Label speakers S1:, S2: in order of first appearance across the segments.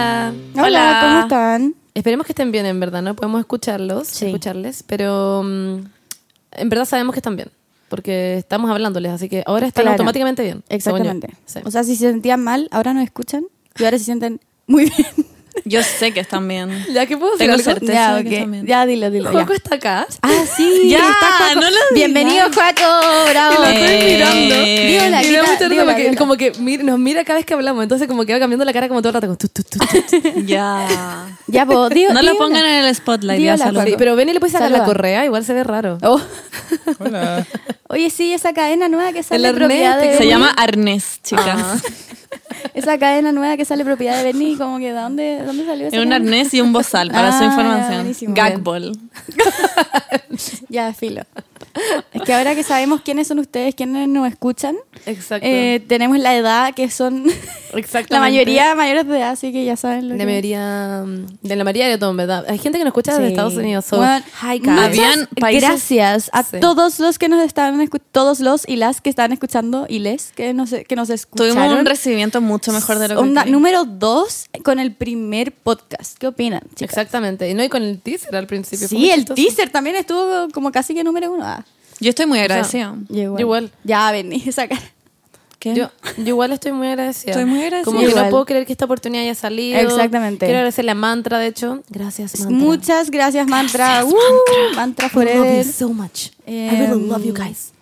S1: Hola,
S2: Hola.
S1: ¿cómo están?
S2: Esperemos que estén bien, en verdad, ¿no? Podemos escucharlos,
S1: Sí.
S2: escucharles, pero mm, en verdad sabemos que están bien, porque estamos hablándoles, así que ahora están
S1: Claro.
S2: automáticamente bien. según yo.
S1: Exactamente.
S2: Sí.
S1: O sea, si se sentían mal, ahora nos escuchan y ahora se sienten muy bien.
S3: Yo sé que están bien.
S2: ya que puedo decir
S3: Tengo
S2: algo?
S3: certeza.
S1: ya,
S3: de que
S1: ok.
S3: están bien.
S1: ya, dilo, dilo. ya.
S2: Juaco está acá.
S1: Ah, sí.
S3: Ya,
S1: está Juaco.
S3: no lo
S1: Bienvenido, Juaco. Bravo.
S2: Y lo estoy
S3: Eh.
S2: mirando.
S1: Digo la
S2: y me da
S1: quita,
S2: mucha risa
S1: digo la
S2: porque
S1: quita.
S2: como que mir- nos mira cada vez que hablamos, entonces como que va cambiando la cara como todo el rato. como tu, tu, tu, tu, tu.
S3: Ya.
S1: Ya, vos, digo,
S3: No lo
S1: digo
S3: pongan
S1: la-
S3: en el spotlight.
S1: Digo
S3: Ya,
S1: la
S3: salud.
S1: Juaco.
S2: Sí, pero ven y le puedes sacar
S1: Saluda.
S2: la correa, igual se ve raro.
S1: Oh.
S4: Hola.
S1: Oye, sí, esa cadena nueva que sale
S2: arnés,
S1: propiedad de
S2: te-
S3: Se
S1: Benny.
S3: llama arnés,
S1: Ah.
S3: chicas.
S1: Esa cadena nueva que sale propiedad de Benny, como que ¿de dónde, dónde salió esa
S3: Es un
S1: cadena?
S3: arnés y un bozal, para
S1: Ah,
S3: su
S1: ya,
S3: información.
S1: buenísimo.
S3: Gagball.
S1: Ya, filo. Es que ahora que sabemos quiénes son ustedes, quiénes nos escuchan,
S2: Exacto.
S1: eh, tenemos la edad que son
S2: Exactamente.
S1: la mayoría mayores de edad, así que ya saben lo
S2: De
S1: que...
S2: la mayoría, mm, de la mayoría de todo, en verdad. Hay gente que nos escucha desde
S1: Sí.
S2: Estados Unidos. so-
S1: Bueno,
S2: Hi, guys.
S1: muchas
S3: Habían países-
S1: Gracias a
S2: Sí.
S1: todos los que nos están escu- todos los y las que están escuchando y les que nos, que nos escucharon.
S3: Tuvimos un recibimiento mucho mejor de lo que
S1: Onda,
S3: creí.
S1: número dos con el primer podcast. ¿Qué opinan, chicas?
S2: Exactamente. Y no, y con el teaser al principio. fue
S1: Sí,
S2: muy
S1: el
S2: chistoso.
S1: teaser también estuvo como casi que número uno. Ah,
S3: Yo estoy muy agradecida.
S1: yo igual.
S2: Yo igual.
S1: Ya, Benny, esa cara.
S3: ¿Qué?
S2: Yo, yo igual estoy muy agradecida.
S3: Estoy muy agradecida.
S2: Como que
S1: Igual.
S2: no puedo creer que esta oportunidad haya salido.
S1: Exactamente.
S2: Quiero agradecerle a Mantra, de hecho. Gracias, Mantra.
S1: Muchas gracias, Mantra. Uh, mantra.
S2: I love you
S1: Forever.
S2: so much. I
S1: Em,
S2: really love you guys.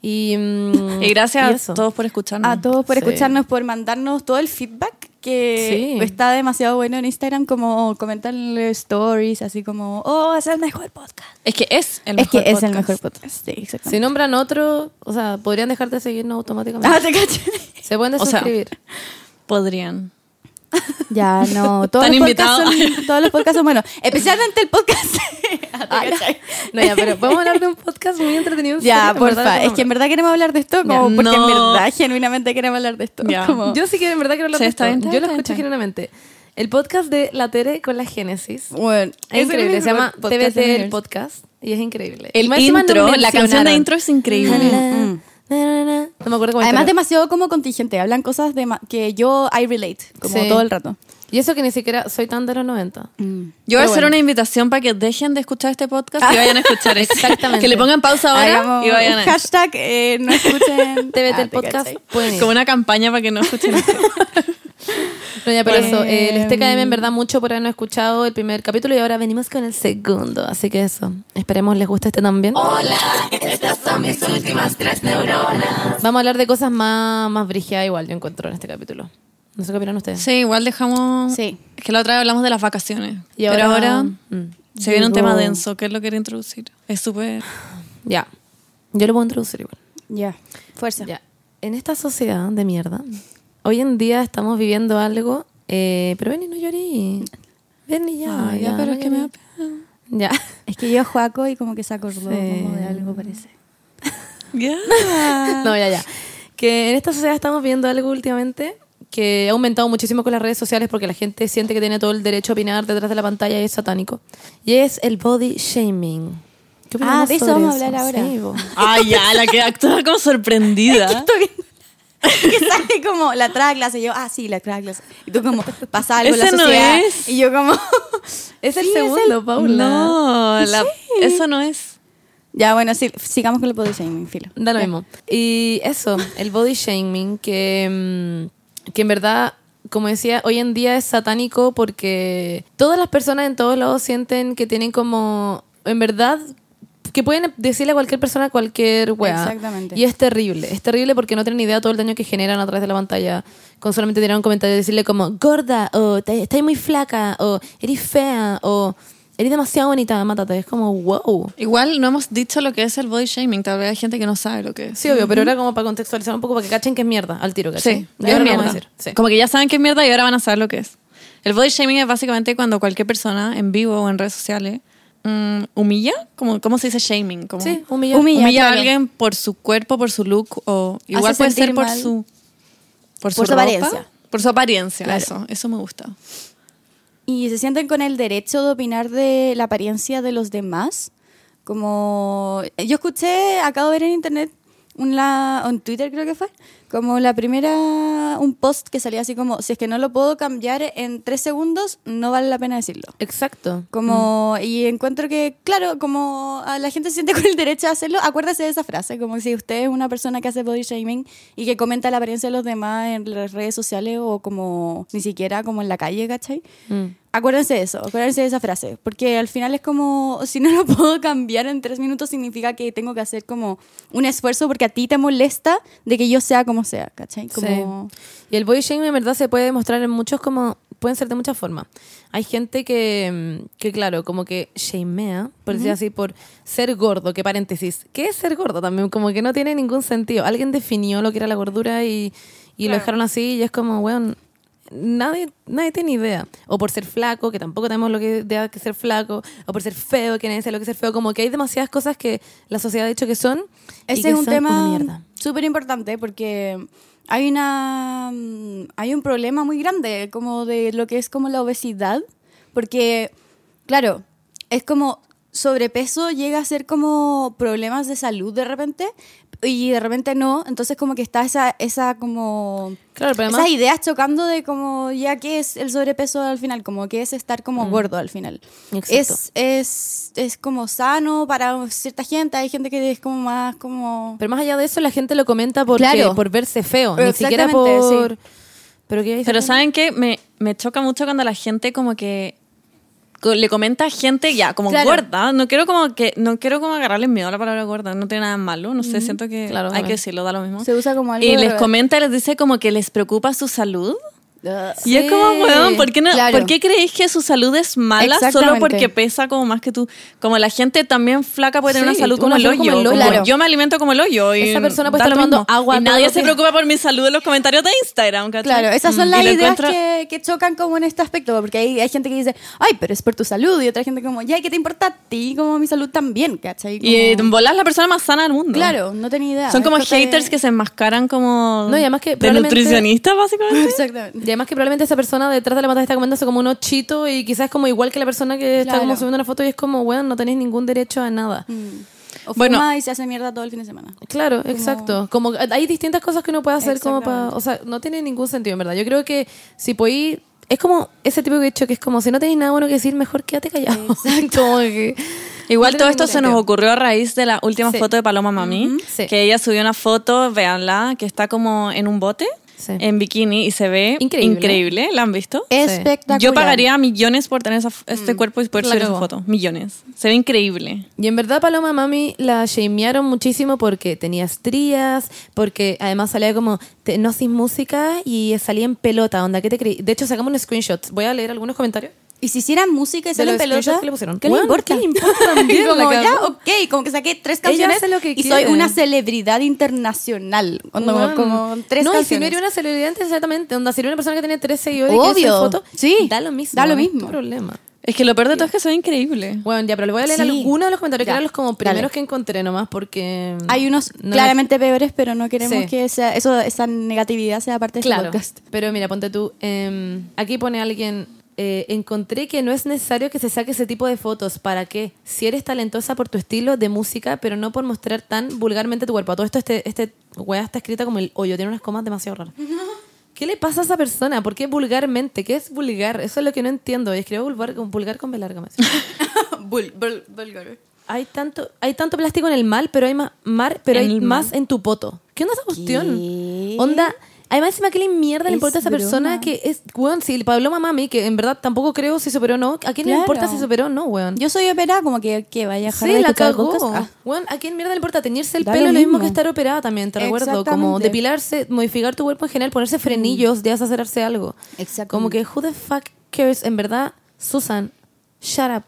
S2: Y, mm,
S3: Y
S2: y
S3: gracias
S2: eso.
S3: a todos por escucharnos.
S1: A todos por
S2: Sí.
S1: escucharnos, por mandarnos todo el feedback que
S2: Sí.
S1: está demasiado bueno en Instagram, como comentar stories, así como, oh, es el mejor podcast.
S3: Es que es el
S1: es
S3: mejor
S1: que es el
S3: podcast.
S1: mejor podcast. Sí, exactamente.
S2: Si nombran otro, o sea, podrían dejar de seguirnos automáticamente.
S1: Ah, te caché.
S2: Se pueden
S3: O sea,
S2: desuscribir.
S3: Podrían.
S1: Ya, no. Todos,
S3: Están
S1: los podcasts,
S3: invitados.
S1: son, todos los podcasts son buenos. Especialmente el podcast. Ah, te
S2: Ay,
S1: cachai.
S2: no, ya, pero vamos a hablar de un podcast muy entretenido. en
S1: Ya,
S2: serio, en verdad,
S1: porfa.
S2: no
S1: Es que en verdad queremos hablar de esto, como
S3: Ya.
S1: porque en
S3: No.
S1: verdad, genuinamente queremos hablar de esto.
S3: Ya.
S1: Como-
S2: Yo sí que en verdad quiero hablar
S3: Sí,
S2: de
S3: está
S2: esto.
S3: bien, está
S2: Yo
S3: bien,
S2: lo
S3: está bien,
S2: escucho
S3: está bien.
S2: genuinamente. El podcast de La Tere con la Génesis.
S1: Bueno,
S2: Es increíble, se llama TVT el
S1: podcast.
S2: podcast y es increíble.
S3: El
S2: Y más encima
S3: intro,
S2: nos
S3: la canción de
S2: mencionaron.
S3: intro es increíble.
S1: Mm.
S2: Na, na, na, na. No me acuerdo cómo
S1: Además,
S2: era.
S1: demasiado como contingente. Hablan cosas de ma- que yo, I relate, como
S2: Sí.
S1: todo el rato.
S2: Y eso que ni siquiera soy tan de los 90.
S3: Yo voy a
S2: Pero
S3: hacer
S2: bueno.
S3: una invitación para que dejen de escuchar este podcast y vayan a escuchar este.
S2: Exactamente.
S3: Que le pongan pausa ahora
S1: Hagamos
S3: y vayan
S1: un
S3: a...
S1: Hashtag, eh, no escuchen.
S2: TVT
S1: Ah,
S2: el
S1: te
S2: podcast.
S1: cachai.
S2: pueden ir.
S3: Como una campaña para que no escuchen este.
S2: No, ya, pero
S1: Bueno.
S2: eso, eh, les
S3: Pues,
S2: TKM en verdad mucho por habernos escuchado el primer capítulo y ahora venimos con el segundo. Así que eso, esperemos les guste este también. Hola, estas son mis últimas tres neuronas. Vamos a hablar de cosas más, más brígidas igual, yo encuentro en este capítulo. No sé qué opinan ustedes.
S3: Sí, igual dejamos...
S1: Sí.
S3: Es que la otra vez hablamos de las vacaciones.
S2: Y
S3: pero
S2: ahora-
S3: ahora
S2: Mm.
S3: se viene un
S1: Llegó.
S3: tema denso, que es lo que quería introducir. Es súper...
S2: Ya, yo lo puedo introducir igual.
S1: Ya, fuerza.
S2: Ya. En esta sociedad de mierda, hoy en día estamos viviendo algo, eh, pero ven y no llorí. Ven y ya.
S3: Ay, ya,
S2: no
S3: pero es que me da
S2: llorí. Ya.
S1: Es que yo Joaco y como que se acordó
S2: Sí.
S1: como de algo, parece.
S3: Ya.
S2: No, ya, ya. Que en esta sociedad estamos viendo algo últimamente que ha aumentado muchísimo con las redes sociales porque la gente siente que tiene todo el derecho a opinar detrás de la pantalla y es satánico. Y es el body shaming. ¿Qué opinamos
S1: Ah, de eso
S2: sobre
S1: vamos a hablar ahora.
S2: Sí, bo.
S3: Ay, ya, la que actúa como sorprendida.
S1: Estoy viendo que sale como la traga clase. Y yo, ah, sí, la traga clase. Y tú como, pasa algo en la
S3: Ese no
S1: sociedad.
S3: es.
S1: Y yo como...
S2: Es el
S1: Sí, es
S2: segundo, Paula.
S3: No, la- eso no es.
S1: Ya, bueno, sí, sigamos con el body shaming, filo.
S2: Da lo mismo. Y eso, el body shaming, que, mm, que en verdad, como decía, hoy en día es satánico porque todas las personas en todos lados sienten que tienen como, en verdad, que pueden decirle a cualquier persona cualquier wea.
S1: Exactamente.
S2: Y es terrible, es terrible porque no tienen idea todo el daño que generan a través de la pantalla. Con solamente tirar un comentario y decirle como, gorda, o "Te- estás muy flaca, o eres fea, o eres demasiado bonita, mátate. Es como, wow.
S3: Igual no hemos dicho lo que es el body shaming. Tal vez hay gente que no sabe lo que es.
S2: Sí, obvio, pero era como para contextualizar un poco para que cachen que es mierda al tiro, ¿cachai?
S3: Sí,
S2: Ya
S3: es
S2: ahora lo
S3: mierda.
S2: vamos a decir, sí.
S3: Como que ya saben que es mierda y ahora van a saber lo que es. El body shaming es básicamente cuando cualquier persona en vivo o en redes sociales mm, humilla, como, ¿cómo se dice shaming? Como,
S2: Sí, humillar.
S1: Humi- humilla,
S3: humilla a
S1: claro.
S3: alguien por su cuerpo, por su look o igual
S1: Hace
S3: puede ser
S1: sentir
S3: por
S1: mal.
S3: su por su,
S1: Por su
S3: ropa,
S1: apariencia.
S3: Por su apariencia,
S1: Claro.
S3: eso, eso me gusta.
S1: Y se sienten con el derecho de opinar de la apariencia de los demás. Como yo escuché, acabo de ver en internet, una, en Twitter creo que fue, Como la primera, un post que salía así como, si es que no lo puedo cambiar en tres segundos, no vale la pena decirlo.
S2: Exacto.
S1: Como,
S2: Mm.
S1: y encuentro que, claro, como a la gente se siente con el derecho a hacerlo, acuérdese de esa frase, como si usted es una persona que hace body shaming y que comenta la apariencia de los demás en las redes sociales o como, ni siquiera como en la calle, ¿cachai?
S2: Mm.
S1: Acuérdense de eso, acuérdense de esa frase, porque al final es como, si no lo puedo cambiar en tres minutos, significa que tengo que hacer como un esfuerzo porque a ti te molesta de que yo sea como sea, ¿cachai? Como,
S2: Sí. Y el body shaming en verdad se puede demostrar en muchos como pueden ser de muchas formas. Hay gente que mm, que claro, como que shamea, por decir así, por ser gordo, que paréntesis, ¿qué es ser gordo? También como que no tiene ningún sentido. Alguien definió lo que era la gordura y, y lo dejaron así y es como, weón, nadie nadie tiene idea. O por ser flaco, que tampoco tenemos lo que idea que ser flaco, o por ser feo, que nadie sabe lo que es ser feo, como que hay demasiadas cosas que la sociedad ha dicho que son y
S1: Ese
S2: que
S1: es un
S2: son una mierda.
S1: tema súper importante porque hay una mm, hay un problema muy grande como de lo que es como la obesidad, porque claro, es como sobrepeso llega a ser como problemas de salud de repente y de repente no, entonces como que está esa esa como
S2: Claro, pero además
S1: esas ideas chocando de como ya qué es el sobrepeso al final, como que es estar como
S2: Mm.
S1: gordo al final.
S2: Exacto.
S1: Es, es, es como sano para cierta gente, hay gente que es como más como...
S2: Pero más allá de eso, la gente lo comenta porque,
S1: Claro.
S2: por verse feo, ni siquiera
S1: Exactamente,
S2: por...
S1: sí.
S2: Pero, ¿qué
S3: Pero ¿saben qué? Me, me choca mucho cuando la gente como que co- le comenta a gente ya como
S1: Claro.
S3: gorda no quiero como que no quiero como agarrarle miedo a la palabra gorda no tiene nada de malo no sé siento que
S2: Claro,
S3: hay
S2: bueno.
S3: que decirlo da lo mismo
S1: Se usa como algo
S3: y
S1: de
S3: les
S1: rebel-
S3: comenta y les dice como que les preocupa su salud y es
S2: Sí,
S3: como, weón, ¿por qué, no,
S1: claro.
S3: ¿por qué creéis que su salud es mala solo
S1: Exactamente.
S3: porque pesa como más que tú? Como la gente también flaca puede tener
S2: Sí,
S3: una salud como
S2: una
S3: el
S2: salud
S3: hoyo.
S2: como el hoyo.
S3: como
S1: Claro.
S3: Yo me alimento como el hoyo. Y
S2: Esa persona puede
S3: da
S2: estar
S3: lo
S2: tomando
S3: mismo.
S2: agua
S3: Y
S2: todos
S3: nadie
S2: los
S3: se
S2: días.
S3: preocupa por mi salud en los comentarios de Instagram, ¿cachai?
S1: Claro, esas son
S3: Mm.
S1: las
S3: Y lo
S1: ideas
S3: encuentro-
S1: que, que chocan como en este aspecto, porque hay, hay gente que dice, ay, pero es por tu salud, y otra gente como, ya, ¿qué te importa a ti? Como mi salud también, ¿cachai? Como-
S3: Y eh, en volar es la persona más sana del mundo.
S1: claro, no tenía idea.
S3: Son como
S1: Es cosa de-
S3: haters que se enmascaran como
S2: No, y además que
S3: de
S2: probablemente-
S3: nutricionistas, básicamente.
S1: Exactamente.
S2: Y además que probablemente esa persona detrás de la pantalla está comiéndose como unos chitos y quizás como igual que la persona que está
S1: Claro. Mm.
S2: como subiendo una foto y es como, weón, no tenés ningún derecho a nada.
S1: O
S3: Bueno.
S1: fuma y se hace mierda todo el fin de semana.
S2: Claro, exacto. Como hay distintas cosas que uno puede hacer como para, o sea, no tiene ningún sentido en verdad. Yo creo que si podéis es como ese tipo que he dicho que es como si no tenéis nada bueno que decir, mejor quédate callado. Exacto.
S3: Igual
S2: No
S3: todo
S2: tiene
S3: esto
S2: ningún
S3: se nos
S2: sentido.
S3: ocurrió a raíz de la última
S2: Sí.
S3: foto de Paloma Mami,
S2: Sí.
S3: que ella subió una foto, véanla, que está como en un bote,
S2: Sí.
S3: en bikini, y se ve
S2: Increíble.
S3: increíble. ¿La han visto?
S1: Espectacular.
S3: Yo pagaría millones por tener esa f- este cuerpo y poder
S2: La
S3: subir esa
S2: cagó.
S3: foto. Millones. Se ve increíble.
S2: Y en verdad Paloma Mami la shamearon muchísimo porque tenía estrías, porque además salía como te- no sin música y salía en pelota, onda, ¿qué te creí? De hecho sacamos un screenshot, voy a leer algunos comentarios.
S1: Y si hicieran música y salen
S2: los
S1: pelota,
S2: screenshots que le pusieron.
S1: ¿qué le
S2: Bueno, ¿qué
S1: importa?
S2: le importa también?
S1: como,
S2: La
S1: ya,
S2: cagó.
S1: ok, como que saqué tres
S2: Ella
S1: canciones
S2: hace lo que
S1: y
S2: quiere.
S1: soy una celebridad internacional. Cuando
S2: Weón.
S1: como tres
S2: no, y si no
S1: canciones.
S2: era una celebridad, exactamente, onda, si era una persona que tiene tres seguidores y quiere
S1: Obvio.
S2: hacer foto,
S1: Sí.
S2: da lo mismo.
S1: Da lo
S2: no es
S1: mismo.
S2: tu problema.
S3: Es que lo peor de todo es que se ve increíble.
S2: Bueno, ya, pero le voy a leer
S1: Sí.
S2: algunos de los comentarios
S1: Ya,
S2: que eran los como primeros
S1: dale.
S2: que encontré nomás porque...
S1: Hay unos
S2: no-
S1: claramente peores, pero no queremos
S2: Sí.
S1: que esa, eso, esa negatividad sea parte del
S2: Claro.
S1: este podcast.
S2: Pero mira, ponte tú. em, aquí pone alguien. eh, encontré que no es necesario que se saque ese tipo de fotos. ¿Para qué? Si eres talentosa por tu estilo de música, pero no por mostrar tan vulgarmente tu cuerpo. A Todo esto, este, este weá está escrita como el hoyo, tiene unas comas demasiado raras. ¿Qué le pasa a esa persona? ¿Por qué vulgarmente? ¿Qué es vulgar? Eso es lo que no entiendo. Y escribió vulgar, con- vulgar con B larga. me decía. hay, tanto, hay tanto plástico en el mar, pero hay, más mar, pero
S3: En
S2: hay
S3: el
S2: más en tu poto. ¿Qué onda esa cuestión?
S1: ¿Qué?
S2: Onda. Además, encima, ¿qué le mierda le
S1: Es
S2: importa a esa persona
S1: broma.
S2: que es, weón, si Pablo Mamami, que en verdad tampoco creo si superó o no, ¿a quién le
S1: Claro.
S2: importa si superó o no, weón?
S1: Yo soy operada, como que, que vaya a dejar
S2: sí,
S1: de
S2: la
S1: escuchar el
S2: cagó.
S1: podcast. Ah.
S2: Weón, ¿a quién mierda le importa teñirse el
S1: Da
S2: pelo?
S1: lo
S2: Lo mismo que
S1: mismo.
S2: estar operada también, te recuerdo. Como
S1: Exactamente. Mm.
S2: depilarse, modificar tu cuerpo en general, ponerse frenillos, de hacerse algo.
S1: Exactamente.
S2: Como que, who the fuck cares? En verdad, Susan, shut up.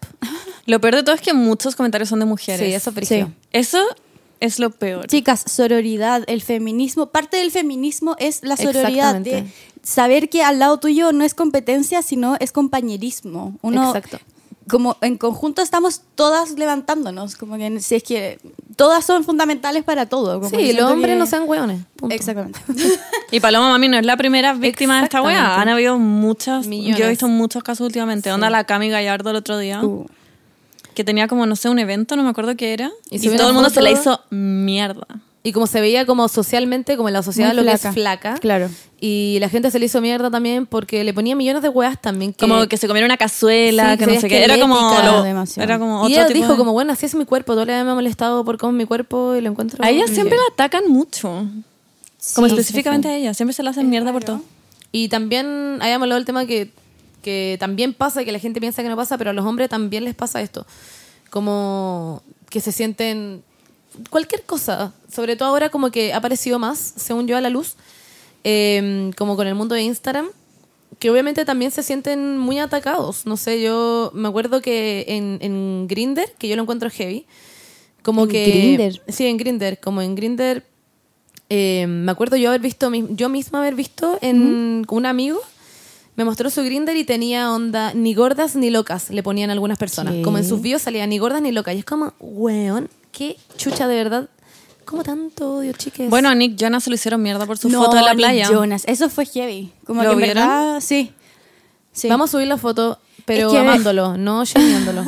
S3: Lo peor de todo es que muchos comentarios son de mujeres.
S2: Sí, eso frígido.
S1: Sí.
S3: Eso es lo peor.
S1: Ah. Chicas, sororidad, el feminismo, parte del feminismo es la sororidad, de
S2: Exactamente.
S1: saber que al lado tuyo no es competencia, sino es compañerismo. Uno,
S2: Exacto.
S1: Como en conjunto estamos todas levantándonos, como que si es que todas son fundamentales para todo. como que
S2: Sí, los
S1: siento
S2: hombres
S1: que-
S2: no sean weones. punto.
S1: Exactamente.
S3: Y Paloma Mami no es la primera víctima de esta wea.
S2: Exactamente.
S3: Han habido muchas.
S2: Millones.
S3: Yo he visto muchos casos últimamente. Onda la Cami Gallardo el otro día.
S1: Uh.
S3: que tenía como, no sé, un evento, no me acuerdo qué era.
S2: Y
S3: Y,
S2: subió
S3: todo
S2: una
S3: el mundo se la
S2: foto.
S3: hizo mierda.
S2: Y como se veía como socialmente, como en la sociedad
S1: Muy
S2: lo que
S1: flaca.
S2: es flaca.
S1: Claro.
S2: Y la gente se le hizo mierda también porque le ponía millones de weas también. Que,
S3: Como que se comiera una cazuela,
S2: Sí,
S3: que
S2: se
S3: no sé qué. Era como,
S2: esquelética.
S3: lo-
S1: Demasiado.
S3: era como
S2: y
S3: otro
S2: ella
S3: tipo
S2: dijo
S3: de-
S2: como, bueno, así es mi cuerpo, todo le me ha molestado por cómo es mi cuerpo y lo encuentro...
S3: A ella siempre
S2: horrible".
S3: la atacan mucho. Como
S1: Sí,
S3: específicamente a ella. Siempre se la hacen mierda por todo.
S2: Y también habíamos hablado del tema que, que también pasa, que la gente piensa que no pasa, pero a los hombres también les pasa esto. Como que se sienten cualquier cosa. Sobre todo ahora como que ha aparecido más, según yo, a la luz, eh, como con el mundo de Instagram, que obviamente también se sienten muy atacados. No sé, yo me acuerdo que en, en Grinder, que yo lo encuentro heavy, como
S1: ¿En
S2: que...
S1: Grindr?
S2: Sí, en Grinder, como en Grinder eh, me acuerdo yo haber visto, mi- yo misma haber visto en con un amigo, me mostró su grinder y tenía onda ni gordas ni locas, le ponían algunas personas.
S1: ¿Qué?
S2: Como en sus videos salía ni gordas ni locas. Y es como, weón, qué chucha de verdad. ¿Cómo tanto odio, chiques?
S3: Bueno, a Nick Jonas se lo hicieron mierda por su
S1: No,
S3: foto de la
S1: Nick
S3: playa.
S1: Jonas. Eso fue heavy. Como
S3: ¿Lo
S1: que en
S3: vieron?
S1: verdad, sí. Sí.
S2: vamos a subir la foto, pero
S1: Es que-
S2: amándolo, no shameándolo.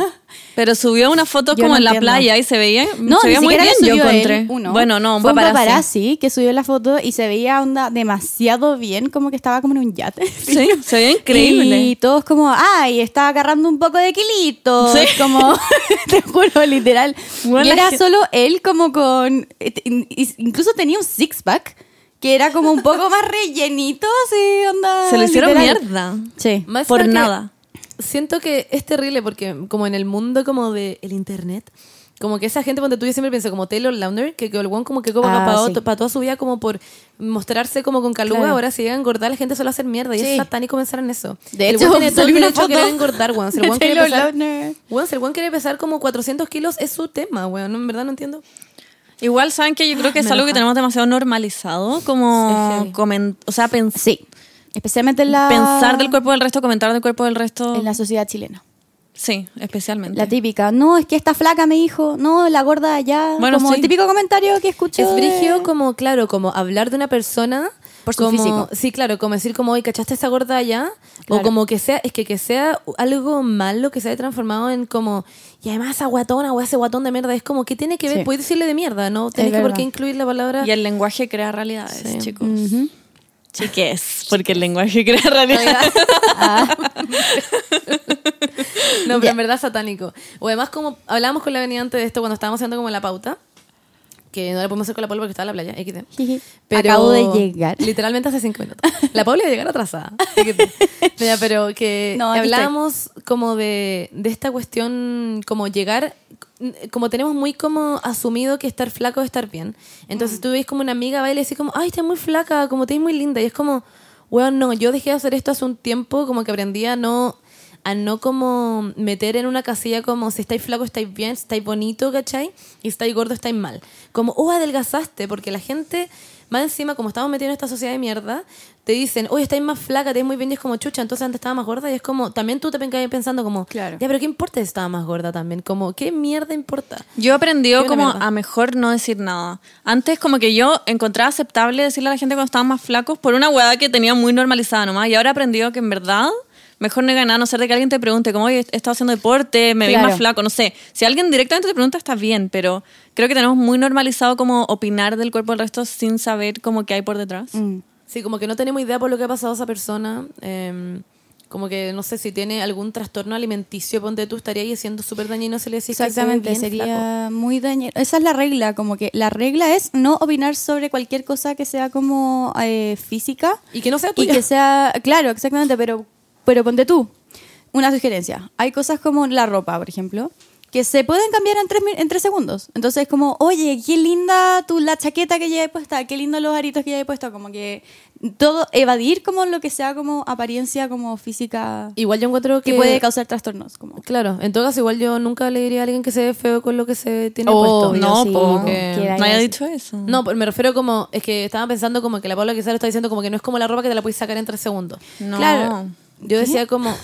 S3: Pero subió una foto
S1: Yo
S3: como
S1: no
S3: en la
S1: entiendo.
S3: playa y se veía,
S1: No,
S3: se
S1: ni
S3: veía muy
S1: siquiera
S3: bien,
S1: lo
S3: yo
S1: subió él,
S3: encontré.
S1: uno.
S3: Bueno, no, un
S1: Fue
S3: paparazzi.
S1: que subió la foto y se veía onda demasiado bien, como que estaba como en un yate.
S3: Sí, se veía increíble.
S1: Y todos como, ay, estaba agarrando un poco de kilito.
S3: Sí.
S1: Como, te juro, literal.
S3: Bueno,
S1: y
S3: la
S1: era
S3: gen-
S1: solo él como con, eh, incluso tenía un six-pack que era como un poco más rellenito, así, onda.
S3: Se le hicieron
S1: literal.
S3: mierda.
S1: Sí.
S2: Más
S3: Por
S2: porque
S3: nada.
S2: Siento que es terrible porque como en el mundo como de el internet, como que esa gente donde tú yo siempre pienso como Taylor Lautner, que, que el one como que como
S1: Ah,
S2: para,
S1: sí.
S2: toda su vida como por mostrarse como con caluga,
S1: Claro.
S2: ahora si llega a engordar la gente solo hacer mierda y
S1: Sí.
S2: es satánico pensar en eso.
S1: De
S2: el
S1: hecho,
S2: one tiene todo el
S1: salió una
S2: derecho a
S1: foto
S2: querer engordar, weón. Si el
S1: de
S2: one quiere
S1: Taylor
S2: pesar-
S1: Lautner.
S2: weón, si el one quiere pesar como 400 kilos es su tema, weón. No, en verdad no entiendo.
S3: Igual saben que yo creo que es
S2: Ah, me
S3: algo que
S2: enoja.
S3: tenemos demasiado normalizado,
S2: Es
S3: como
S2: heavy. Ah.
S3: comen- o sea, pens-
S1: Sí. Especialmente en la...
S3: pensar del cuerpo del resto, comentar del cuerpo del resto.
S1: En la sociedad chilena.
S3: Sí, especialmente.
S1: La típica, no, es que está flaca, me dijo, no, la gorda allá.
S3: Bueno,
S1: como
S3: sí.
S1: el típico comentario que escuché.
S2: Es brigio como, claro, como hablar de una persona.
S1: Por su
S2: como,
S1: físico.
S2: Sí, claro, como decir como, oye, ¿cachaste esa gorda allá? O
S1: Claro.
S2: como que sea, es que que sea algo malo que se haya transformado en como, y además esa guatona o ese guatón de mierda, es como, ¿qué tiene que ver?
S1: Sí.
S2: Puedes decirle de mierda, ¿no? Tienes que por
S1: verdad.
S2: qué incluir la palabra.
S3: Y el lenguaje crea realidades,
S2: Sí. Mm.
S3: chicos. Chiques, porque el lenguaje crea realidades.
S2: Ah. No, pero en verdad satánico. O además, como hablábamos con la avenida antes de esto, cuando estábamos haciendo como la pauta, que no la podemos hacer con la Paula porque estaba en la playa, XD. Pero
S1: Acabo de llegar.
S2: Literalmente hace cinco minutos. La Paula iba a llegar atrasada. XD. No, ya, pero que
S1: No, aquí
S2: hablábamos como de, de esta cuestión, como llegar, como tenemos muy como asumido que estar flaco es estar bien.
S1: Mm.
S2: Entonces tú ves como una amiga va y le decís como, ay, estás muy flaca, como te ves muy linda. Y es como, weón, no, yo dejé de hacer esto hace un tiempo, como que aprendí a no a no como meter en una casilla como si estáis flaco estáis bien, si estáis bonito, ¿cachai? Y si estáis gordo estáis mal. Como, oh, adelgazaste, porque la gente, más encima, como estamos metidos en esta sociedad de mierda, te dicen, oye, estáis más flaca, te ves muy bien, y es como chucha, entonces antes estaba más gorda, y es como, también tú te pencas pensando como,
S1: Claro.
S2: ya, pero ¿qué importa si estaba más gorda también? Como, ¿qué mierda importa?
S3: Yo he aprendido
S2: Qué buena
S3: como
S2: mierda.
S3: a mejor no decir nada. Antes como que yo encontraba aceptable decirle a la gente cuando estaban más flacos por una hueá que tenía muy normalizada nomás. Y ahora he aprendido que en verdad mejor no negar nada, a no ser de que alguien te pregunte como, oye, he estado haciendo deporte, me vi
S1: Claro.
S3: más flaco, no sé. Si alguien directamente te pregunta está bien, pero creo que tenemos muy normalizado como opinar del cuerpo del resto sin saber como qué hay por detrás.
S1: Mm.
S2: Sí, como que no tenemos idea por lo que ha pasado a esa persona. eh, como que no sé si tiene algún trastorno alimenticio, ponte tú, estaría ahí siendo súper dañino si le decís que se ve
S1: Exactamente,
S2: bien
S1: sería
S2: flaco.
S1: muy dañino. Esa es la regla, como que la regla es no opinar sobre cualquier cosa que sea como eh, física.
S2: Y que no sea
S1: Y
S2: tuya.
S1: que sea, claro, exactamente, pero, pero ponte tú. Una sugerencia. Hay cosas como la ropa, por ejemplo, que se pueden cambiar en tres, mi- en tres segundos. Entonces, como, oye, qué linda tu, la chaqueta que llevas puesta, qué lindo los aritos que llevas puesto, como que todo, evadir como lo que sea como apariencia como física
S2: Igual yo encuentro que...
S1: que puede causar trastornos. Como.
S2: Claro, en todo caso igual yo nunca le diría a alguien que se ve feo con lo que se tiene
S1: Oh,
S2: puesto.
S1: no,
S3: no,
S1: sí,
S3: po,
S1: no,
S3: que
S1: queda
S3: no haya
S1: ahí.
S3: dicho eso.
S1: Mm.
S2: No, pero me refiero como, es que estaba pensando como que la Paula quizás lo está diciendo como que no es como la ropa que te la puedes sacar en tres segundos.
S3: No.
S1: Claro.
S2: Yo decía como,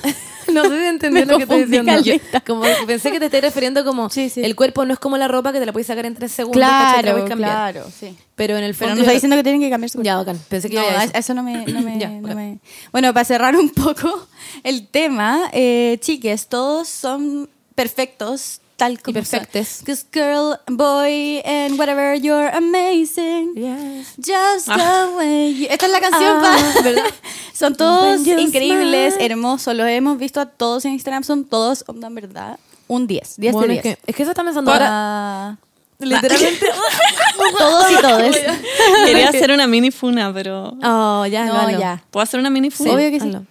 S2: no sé si entendí
S1: Me
S2: lo que estoy
S1: confundí,
S2: diciendo.
S1: caleta.
S2: Como que pensé que te estoy refiriendo como
S1: Sí, sí.
S2: el cuerpo no es como la ropa que te la puedes sacar en tres segundos. ¿cachai? Te la
S1: Claro,
S2: puedes cambiar.
S1: claro, sí.
S2: Pero en el
S1: Pero
S2: fondo...
S1: no
S2: yo-
S1: está diciendo que tienen que cambiar su cuerpo.
S2: Ya, bacán. Pensé que
S1: no,
S2: iba a
S1: a-
S2: eso.
S1: a eso no me, no me-
S2: Ya,
S1: no
S2: bacán.
S1: me- Bueno, para cerrar un poco el tema, eh, chiques, todos son perfectos, tal como
S2: perfectes.
S1: Because girl, boy, and whatever, you're amazing. Just the way you- Esta es la canción,
S2: Ah,
S1: pa. Son todos
S2: When you
S1: increíbles,
S2: smile.
S1: hermosos. Los hemos visto a todos en Instagram. Son todos, onda, en verdad, un 10. 10
S2: Bueno,
S1: de
S2: es
S1: 10.
S2: que, es que eso está pensando ahora.
S1: Ah.
S2: Literalmente.
S1: todos y todes.
S3: Quería hacer una mini funa, pero.
S2: Oh, ya,
S1: No,
S2: hazlo.
S1: ya.
S3: ¿Puedo hacer una mini funa?
S1: Obvio que sí.
S2: hazlo.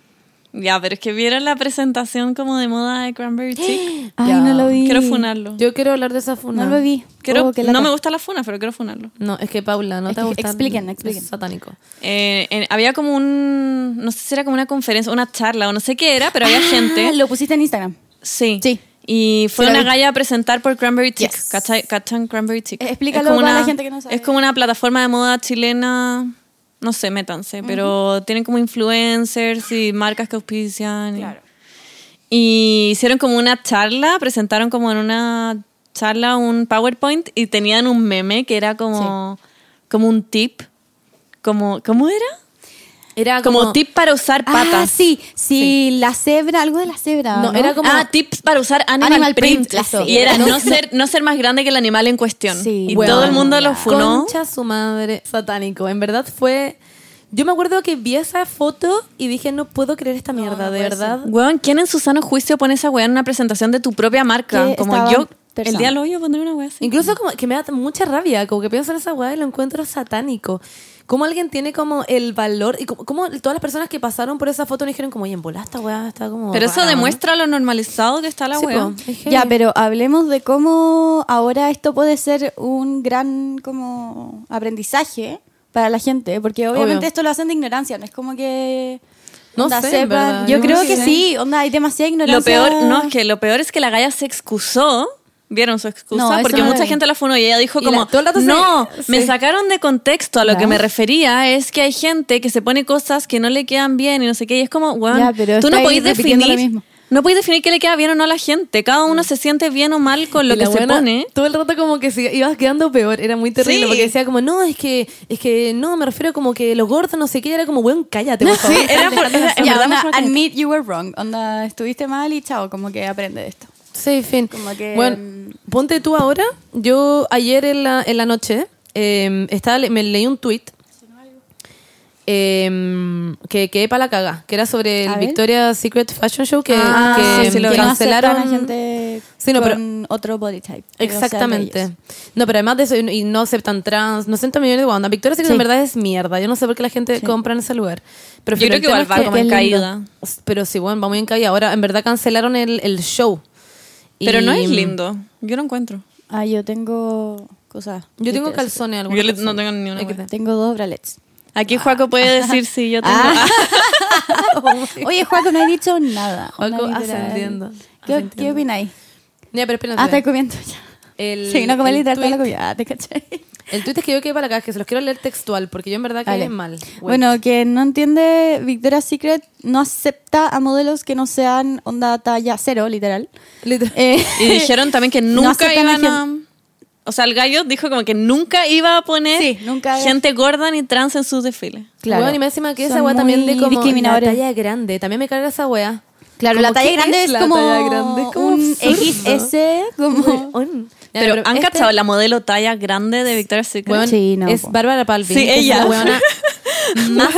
S3: Ya, pero es que vieron la presentación como de moda de Cranberry Chic.
S1: Ay,
S2: Ya.
S1: no lo vi.
S3: Quiero funarlo.
S2: Yo quiero hablar de esa funa.
S1: No lo vi.
S3: Quiero-
S1: Oh, que la
S3: no me
S1: ca-
S3: gusta la funa, pero quiero funarlo.
S2: No, es que Paula, no
S1: Es
S2: te
S1: que
S2: gusta.
S1: expliquen, expliquen.
S2: Es satánico.
S3: Eh, en- había como un. No sé si era como una conferencia, una charla o no sé qué era, pero había
S1: Ah,
S3: gente.
S1: Lo pusiste en Instagram.
S3: Sí.
S1: Sí.
S3: Y fue
S1: Sí, lo
S3: una
S1: vi.
S3: galla a presentar por Cranberry Chic.
S1: Yes.
S3: ¿Cachai? ¿Cachan Cranberry Chic?
S1: Eh, explícalo
S3: Es como
S1: para la
S3: una-
S1: gente que no sabe.
S3: Es como una plataforma de moda chilena. No sé, métanse. Pero tienen como influencers y marcas que auspician. y- Y hicieron como una charla, presentaron como en una charla un PowerPoint y tenían un meme que era como, como un tip. Como, ¿Cómo era?
S2: Era
S3: Como, tip para usar patas.
S1: Ah, sí, sí, la cebra, algo de la cebra.
S2: No, era como-
S3: Ah, tips para usar animal,
S1: Animal
S3: print.
S1: print, eso.
S3: Y era no ser, no ser más grande que el animal en cuestión.
S1: Sí.
S3: Y
S1: Bueno,
S3: todo el mundo
S1: ya.
S3: lo funó.
S2: Concha su madre, satánico. En verdad fue. Yo me acuerdo que vi esa foto y dije, no puedo creer esta mierda,
S1: no
S2: de
S1: puede
S2: verdad.
S3: Weón, ¿quién en su sano juicio pone esa weá en una presentación de tu propia marca?
S1: Que
S3: Como
S1: estaban
S3: yo, el
S1: personas.
S3: día lo yo pondré una weá así.
S2: Incluso como que me da mucha rabia, como que pienso en esa weá y lo encuentro satánico. Como alguien tiene como el valor y como, como todas las personas que pasaron por esa foto me dijeron como, oye, en bola esta weá está como...
S3: Pero eso
S2: rara, ¿no?".
S3: demuestra lo normalizado que está la
S2: Sí,
S3: weá.
S2: po. Es heavy.
S1: Ya, pero hablemos de cómo ahora esto puede ser un gran como aprendizaje para la gente, porque obviamente
S2: Obvio.
S1: esto lo hacen de ignorancia, no es como que
S2: No
S1: onda,
S2: sé, en
S1: sepan.
S2: verdad,
S1: Yo
S2: yo
S1: creo
S2: no
S1: que
S2: sé.
S1: sí, onda, hay demasiada
S3: Lo
S1: ignorancia.
S3: peor, no, es que lo peor es que la galla se excusó. ¿Vieron su excusa?
S1: No, eso
S3: Porque
S1: no lo
S3: mucha
S1: vi.
S3: gente la funó y ella dijo
S2: Y
S3: como,
S2: la- todo el rato se-
S3: no, me
S2: sí.
S3: sacaron de contexto. A lo
S1: Ya.
S3: que me refería es que hay gente que se pone cosas que no le quedan bien y no sé qué. Y es como, weón,
S1: Ya, pero
S3: tú no
S1: estáis
S3: podéis
S1: repitiendo lo
S3: definir...
S1: mismo.
S3: No podéis definir qué le queda bien o no a la gente. Cada uno se siente bien o mal con lo
S2: Y
S3: que
S2: la
S3: se
S2: buena,
S3: pone.
S2: Todo el rato como que se ibas quedando peor, era muy terrible
S3: Sí.
S2: porque decía como, no, es que, es que, no, me refiero como que los gordos, no sé qué, era como, weón, cállate, por favor.
S3: era por- era- en
S1: Ya,
S3: verdad
S1: onda,
S3: me fue como-
S1: admit you were wrong, onda, estuviste mal y chao, como que aprende de esto.
S2: Sí, fin.
S1: Como que, mm,
S2: bueno, ponte tú ahora. Yo ayer en la, en la noche eh, estaba, le- me leí un tweet que quedé para la caga, que era sobre
S1: A
S2: el
S1: ver.
S2: Victoria's Secret Fashion Show que,
S3: Ah,
S2: que,
S3: sí, sí, lo
S1: que
S3: vi.
S1: no
S2: cancelaron.
S1: aceptan a gente
S2: Sí, no, pero-
S1: con otro body type. que no sea el de
S2: Exactamente.
S1: ellos.
S2: No, pero además de eso, y no aceptan trans, no aceptan millones de guandas. Victoria's Secret
S1: Sí.
S2: en verdad es mierda. Yo no sé por qué la gente compra en ese lugar. Pero
S3: Yo creo que igual va como en caída.
S2: Pero sí, bueno, va muy en caída. Ahora, en verdad cancelaron el, el show.
S3: Pero no
S2: Y-
S3: es lindo. Yo lo encuentro.
S1: Ah, yo tengo cosas.
S2: Yo tengo
S1: Victoria's
S2: calzones algunos.
S3: Yo le- no tengo ni una.
S2: XD.
S3: wea.
S1: Secret. Tengo dos bralets.
S3: Aquí Juaco puede decir si yo tengo.
S1: Ah. Oye, Juaco, no he dicho nada.
S2: Juaco,
S1: Una literal.
S2: ascendiendo,
S1: ¿Qué,
S2: ascendiendo.
S1: ¿qué opináis?
S2: Ya, pero espérate.
S1: Ah, estoy comiendo ya.
S2: El-
S1: sí, no como
S2: el
S1: literal toda la
S2: tuit.
S1: comida. Ah, te caché.
S2: El tweet es que yo quedé para acá, que se los quiero leer textual, porque yo en verdad quedé
S1: Vale.
S2: mal. Güey.
S1: Bueno, que no entiende, Victoria's Secret no acepta a modelos que no sean onda talla cero, literal.
S2: Literal.
S1: Eh,
S3: Y dijeron también que
S1: No
S3: nunca
S1: aceptan a
S3: iban a. O sea, el gallo dijo como que nunca iba a poner
S1: Sí, nunca iba-
S3: gente gorda ni trans en sus desfiles.
S1: claro.
S2: Bueno, y me encima que esa
S1: Son
S2: weá también de
S1: muy
S2: como la
S1: discriminadores.
S2: talla grande. También me carga esa weá.
S1: Claro, la talla grande es, como un
S2: XS.
S1: XS, como... este
S3: pero, han cachado la modelo talla grande de Victoria's Secret.
S1: Bueno, Sí, no,
S2: es
S1: po.
S2: Bárbara Palvin.
S3: Sí,
S2: que es
S3: ella.
S2: la weona más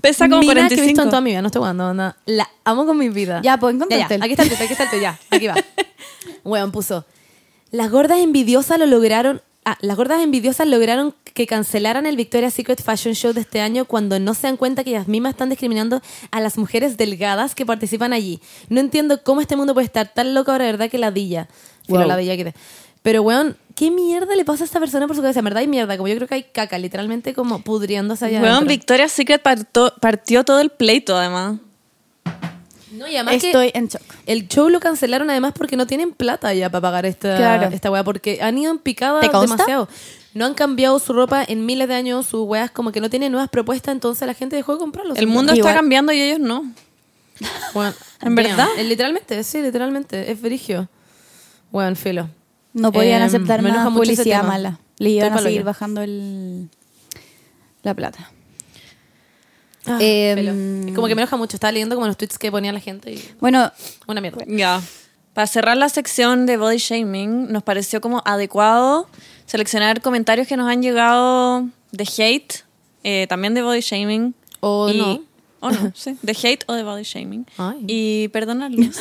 S3: Pesa como
S2: mina que he visto en
S3: 45.
S2: toda mi vida. No estoy jugando, onda. La amo con mi vida.
S1: Ya, pues, encontraste el-
S2: Aquí está el tuit, aquí está el tuit, ya. Aquí va. Weón, puso. Las gordas envidiosas lo lograron... Ah, las gordas envidiosas lograron que cancelaran el Victoria's Secret Fashion Show de este año cuando no se dan cuenta que ellas mismas están discriminando a las mujeres delgadas que participan allí. No entiendo cómo este mundo puede estar tan loco ahora, de verdad, que ladilla. Filo,
S1: Wow.
S2: ladilla que te- Pero, weón, ¿qué mierda le pasa a esta persona por su cabeza? En verdad hay mierda, como yo creo que hay caca, literalmente como pudriéndose allá
S3: Weón,
S2: adentro.
S3: Victoria's Secret partó- partió todo el pleito, además.
S2: No, y además que-
S1: Estoy en shock.
S2: El show lo cancelaron además porque no tienen plata ya para pagar esta,
S1: Claro.
S2: esta weá, porque han ido en picada
S1: ¿Te consta?
S2: demasiado. No han cambiado su ropa en miles de años, sus weas como que no tienen nuevas propuestas, entonces la gente dejó de comprarlos.
S3: El mundo
S1: Pues Igual.
S3: está cambiando y ellos no.
S2: Weón, damn.
S3: ¿En verdad?
S2: Eh, literalmente, sí, literalmente. Es verigio. Weón, filo.
S1: No podían
S2: Eh,
S1: aceptar
S2: me
S1: más
S2: enoja mucho ese
S1: publicidad
S2: tema.
S1: mala. Le
S2: Estoy
S1: iban a
S2: pa'l
S1: seguir
S2: hoyo.
S1: bajando el, la plata.
S2: Ah,
S1: Eh,
S2: filo. Como que me enoja mucho. Estaba leyendo como los tweets que ponía la gente y
S1: Bueno,
S2: una mierda.
S3: Ya. Para cerrar la sección de body shaming, nos pareció como adecuado seleccionar comentarios que nos han llegado de hate, eh, también de body shaming.
S2: O
S3: y-
S2: no.
S3: O no, sí. De hate o de body shaming.
S2: Ay.
S3: Y perdonarlos.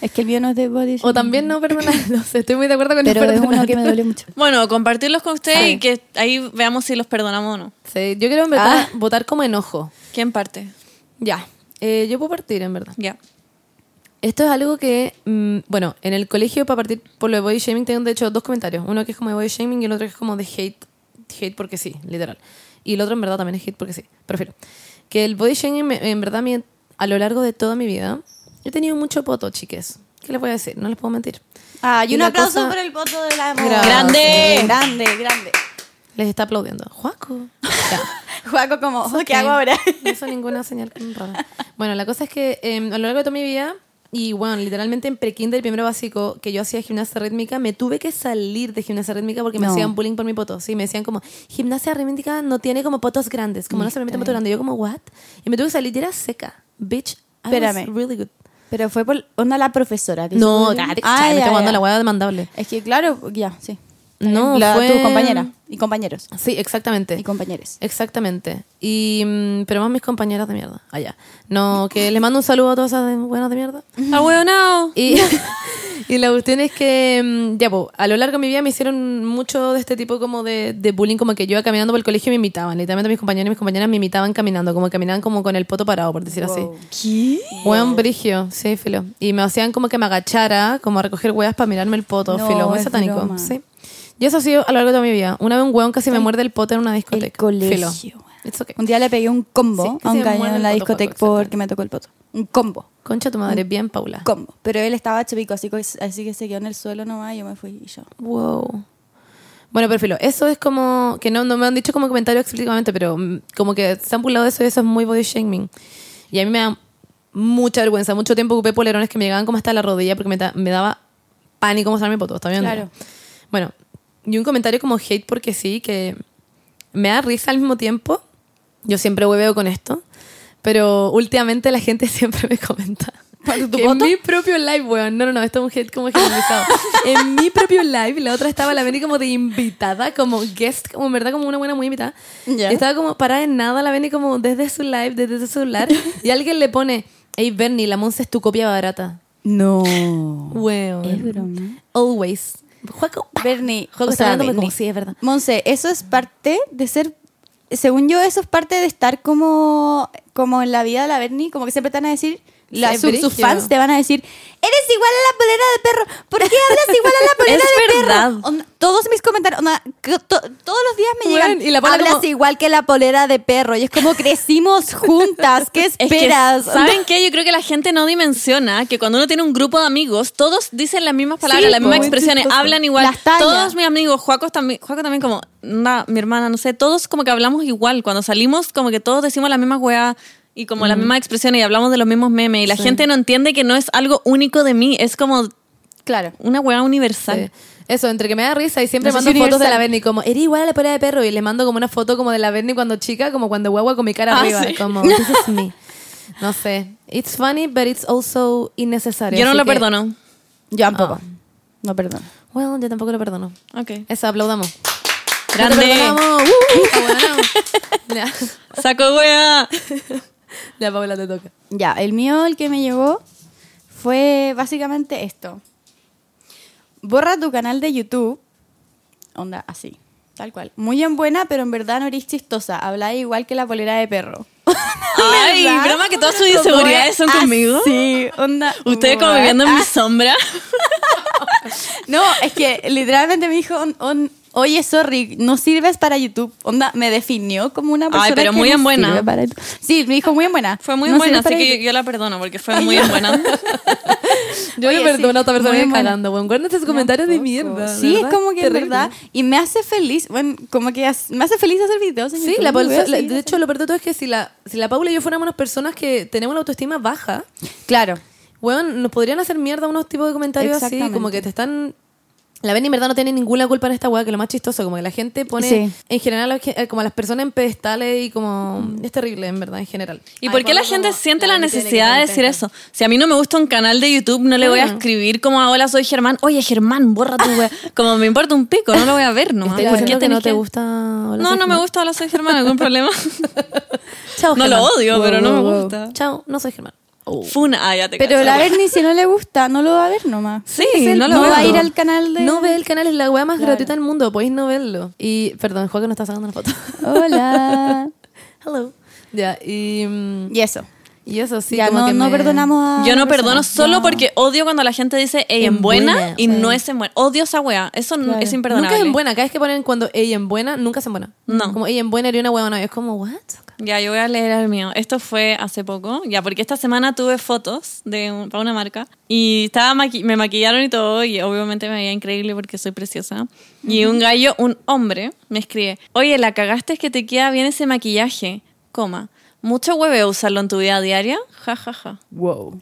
S1: Es que el mío no es de body
S2: O también no perdonarlos. Estoy muy de acuerdo con no
S1: pero es uno
S2: perdonarlos.
S1: que me duele mucho.
S3: bueno, compartirlos con usted
S1: Sí.
S3: y que ahí veamos si los perdonamos o no.
S2: Sí, yo quiero en verdad
S1: Ah.
S2: votar como enojo.
S3: ¿Quién parte?
S2: Ya. Eh, yo puedo partir, en verdad.
S3: Ya.
S2: Esto es algo que, mm, bueno, en el colegio, para partir por lo de body shaming, tengo de hecho dos comentarios. Uno que es como de body shaming y el otro que es como de hate, hate porque sí, literal. Y el otro en verdad también es hate porque sí, prefiero. Que el body shaming, me- en verdad, me- a lo largo de toda mi vida, he tenido mucho poto, chiques. ¿Qué les voy a decir? No les puedo mentir.
S1: Ah,
S2: y
S1: y un
S2: la
S1: aplauso
S2: cosa-
S1: por el voto del amor.
S2: Gracias.
S3: Grande.
S1: Grande, grande.
S2: Les está aplaudiendo. Juaco. Ya.
S1: Juaco como, ¿qué
S2: Ok.
S1: hago ahora?
S2: No hizo ninguna señal con rara. Bueno, la cosa es que eh, a lo largo de toda mi vida, y bueno, literalmente en prekinder, el primero básico, que yo hacía gimnasia rítmica, me tuve que salir de gimnasia rítmica porque me
S1: No.
S2: hacían bullying por mi poto. Sí, me decían como, gimnasia rítmica no tiene como potos grandes, como no se permite un poto grande. Yo como, what? Y me tuve que salir y era seca. Bitch, I
S1: Espérame.
S2: was really good.
S1: Pero fue por onda la profesora. dice.
S2: No, cállate,
S1: Ah,
S2: chay, me
S1: ya,
S2: está jugando
S1: ya.
S2: la hueá demandable.
S1: Es que claro, ya, sí.
S2: No,
S1: la,
S2: fue-
S1: tu compañera y compañeros
S2: Sí, exactamente.
S1: y compañeros.
S2: Exactamente. Y, mm, pero más mis compañeras de mierda. Allá. No, que les mando un saludo a todas esas de- buenas de mierda.
S3: Ah, Ahueonao.
S2: Y, y la cuestión es que, mm, ya, po, a lo largo de mi vida me hicieron mucho de este tipo como de, de bullying, como que yo iba caminando por el colegio y me imitaban. Literalmente mis compañeros y mis compañeras me imitaban caminando, como que caminaban como con el poto parado, por decir
S1: Wow.
S2: así. Buen brigio, sí, filo. Y me hacían como que me agachara, como a recoger huevas para mirarme el poto,
S1: No,
S2: filo. Muy
S1: es
S2: satánico,
S1: broma.
S2: sí. Y eso ha sido a lo largo de toda mi vida. Una vez un hueón casi me muerde el poto en una discoteca.
S1: colegio,
S2: Filo.
S1: weón.
S2: It's okay.
S1: Un día le pegué un
S2: Sí,
S1: combo
S2: que
S1: a un
S2: se
S1: cañón
S2: muerde
S1: en
S2: el
S1: la
S2: poto,
S1: discoteca
S2: Paco,
S1: porque me tocó el poto. Un combo,
S2: Concha tu madre, bien, Paula.
S1: combo. Pero él estaba chupico, así, que- así que se quedó en el suelo nomás y yo me fui y yo.
S2: Wow. Bueno, pero filo, eso es como que no, no me han dicho como comentario explícitamente, pero mm, como que se han burlado de eso y eso es muy body shaming. Y a mí me da mucha vergüenza. Mucho tiempo ocupé polerones que me llegaban como hasta la rodilla porque me, da- me daba pánico mostrar mi poto. ¿Está bien?
S1: Claro.
S2: Bueno, y un comentario como hate porque sí, que me da risa al mismo tiempo. Yo siempre hueveo con esto, pero últimamente la gente siempre me comenta.
S1: ¿Cuál, tu
S2: que en
S1: poto?
S2: mi propio live, weón. No, no, no, esto es un hate como generalizado. en mi propio live, la otra estaba la Benny como de invitada, como guest, como en verdad como una buena muy invitada.
S1: Ya.
S2: Estaba como parada en nada la Benny como desde su live, desde su celular. y alguien le pone, hey Bernie, la Monza es tu copia barata.
S1: No.
S2: Weón.
S1: Es broma.
S2: Always. Juaco.
S1: Bernie,
S2: Juego
S1: o
S2: está
S1: sea,
S2: hablando
S1: Bernie.
S2: como, sí, es verdad.
S1: Monse, eso es parte de ser, según yo, eso es parte de estar como, como en la vida de la Bernie, como que siempre te van a decir, la-
S2: Sí,
S1: sus, sus
S2: brigio.
S1: fans te van a decir, eres igual a la polera de perro, ¿por qué hablas igual a la polera
S3: Es
S1: de
S3: verdad.
S1: perro? Onda, todos mis comentarios, onda, que to- todos los días me
S2: Bueno,
S1: llegan,
S2: y la Paula
S1: hablas
S2: como-
S1: igual que la polera de perro, y es como crecimos juntas, ¿qué
S3: Es que,
S1: esperas?
S3: ¿Saben qué? Yo creo que la gente no dimensiona que cuando uno tiene un grupo de amigos, todos dicen las mismas palabras,
S2: Sí,
S3: las mismas
S2: po.
S3: expresiones,
S2: Chistoso.
S3: hablan igual.
S1: Las tallas.
S3: Todos mis amigos, Juaco también, Juaco también como, "Nah, mi hermana, no sé, todos como que hablamos igual. Cuando salimos, como que todos decimos las mismas weas y como
S2: Mm.
S3: las mismas expresiones y hablamos de los mismos memes. Y la gente no entiende que no es algo único de mí, es como
S1: Claro.
S3: una wea universal.
S2: Sí. Eso, entre que me da risa y siempre
S1: No sé
S2: mando
S1: si
S2: fotos de
S1: universal.
S2: la Bernie como, eres igual a la polera de perro. Y le mando como una foto como de la Bernie cuando chica, como cuando guagua con mi cara
S3: Ah,
S2: arriba.
S3: sí.
S2: Como, this is me. No sé. It's funny, but it's also innecesario.
S3: Yo no
S2: así
S3: lo
S2: que-
S3: perdono.
S1: Yo tampoco. No, perdón.
S2: Well, yo tampoco lo perdono.
S3: Ok.
S2: Eso, aplaudamos. No te
S3: Grande.
S2: perdonamos. Uh, abuelamos. ya.
S3: Saco wea.
S2: ya, Paula, te toca.
S1: Ya, el mío, el que me llegó, fue básicamente esto. Borra tu canal de YouTube. Onda, así, tal cual. Muy en buena, pero en verdad no eres chistosa. Habláis igual que la polera de perro.
S3: Ay,
S1: ¿Verdad?
S3: broma que todas sus
S1: Como
S3: inseguridades son
S1: así,
S3: conmigo.
S1: onda.
S3: Ustedes como Ah.
S1: what?
S3: viviendo en mi sombra.
S1: No, es que literalmente me dijo, on- on- oye, sorry, no sirves para YouTube. Onda, me definió como una
S3: Ay,
S1: persona
S3: pero
S1: que
S3: muy
S1: no
S3: en buena.
S1: sirve para- Sí, me dijo muy en buena.
S3: Fue muy
S1: No
S3: buena,
S1: sirves
S3: así
S1: para
S3: que yo, yo la perdono porque fue muy buena.
S2: Yo
S1: Oye,
S2: le perdono
S1: sí,
S2: a otra persona
S1: muy
S2: que
S1: buena.
S2: cagando, weón. Guarda estos comentarios de mierda.
S1: Sí, es
S2: ¿verdad?
S1: como que es
S2: Terrible.
S1: verdad. Y me hace feliz, bueno, como que as- me hace feliz hacer videos. en
S2: Sí,
S1: YouTube,
S2: la
S1: lo voy a
S2: Paula- la-
S1: seguir
S2: de hecho, lo peor de todo es que si la, si la Paula y yo fuéramos unas personas que tenemos la autoestima baja,
S1: haciendo. Claro.
S2: weón, nos podrían hacer mierda unos tipos de comentarios así,
S1: Exactamente.
S2: como que te están La Benny en verdad no tiene ninguna culpa en esta weá, que es lo más chistoso, como que la gente pone
S1: Sí.
S2: en general a la ge- eh, como a las personas en pedestales y como es terrible en verdad en general.
S3: ¿Y
S2: Ay,
S3: por qué la
S2: Pablo,
S3: gente
S2: como-
S3: siente la
S2: gente tiene que
S3: necesidad de
S2: contenta.
S3: decir eso? Si a mí no me gusta un canal de YouTube, no le voy a escribir como hola soy Germán. Oye Germán, borra tu wea. Como me importa un pico, no lo voy a ver nomás.
S2: Estoy
S3: ¿Por
S2: diciendo
S3: qué
S2: que no
S3: tenés
S2: te
S3: que-
S2: gusta? Hola,
S3: No,
S2: soy
S3: no me
S2: Germán.
S3: gusta hola soy Germán, algún problema.
S2: Chao,
S3: No lo
S2: Germán.
S3: odio, pero no me
S1: wow.
S3: gusta.
S2: Chao, no soy Germán. Oh.
S3: Funa, ah, ya te
S1: Pero
S3: cacho.
S1: la Bernie, si no le gusta, no lo va a ver nomás.
S3: Sí,
S1: Ese es el-
S3: no lo
S1: no
S3: veo.
S1: va a ir al canal de.
S2: No ve el canal, es la weá más
S1: Claro.
S2: gratuita del mundo, podéis no verlo. Y, perdón, Juan que no está sacando una foto.
S1: Hola.
S2: Hello. Ya, y, mm,
S1: Y eso.
S2: y eso sí.
S1: ya
S2: como
S1: no,
S2: que
S1: no
S2: me-
S1: perdonamos a.
S3: Yo
S1: la
S3: no
S1: persona.
S3: perdono solo
S1: No.
S3: porque odio cuando la gente dice ella en
S2: En
S3: buena,
S2: buena, sí.
S3: y no es en buena. Odio esa wea. Eso n-
S1: Claro.
S3: es imperdonable.
S2: Nunca es en buena, cada vez que ponen cuando ella en buena, nunca es en buena.
S3: No.
S2: Como ella en buena era una weá, no, es como, what?
S3: Ya, yo voy a leer el mío. Esto fue hace poco, ya, porque esta semana tuve fotos de un- para una marca y estaba maqui- me maquillaron y todo y obviamente me veía increíble porque soy preciosa. Y un gallo, un hombre, me escribe, oye, la cagaste es que te queda bien ese maquillaje, coma. Mucho hueveo usarlo en tu vida diaria, ja, ja, ja.
S1: Wow.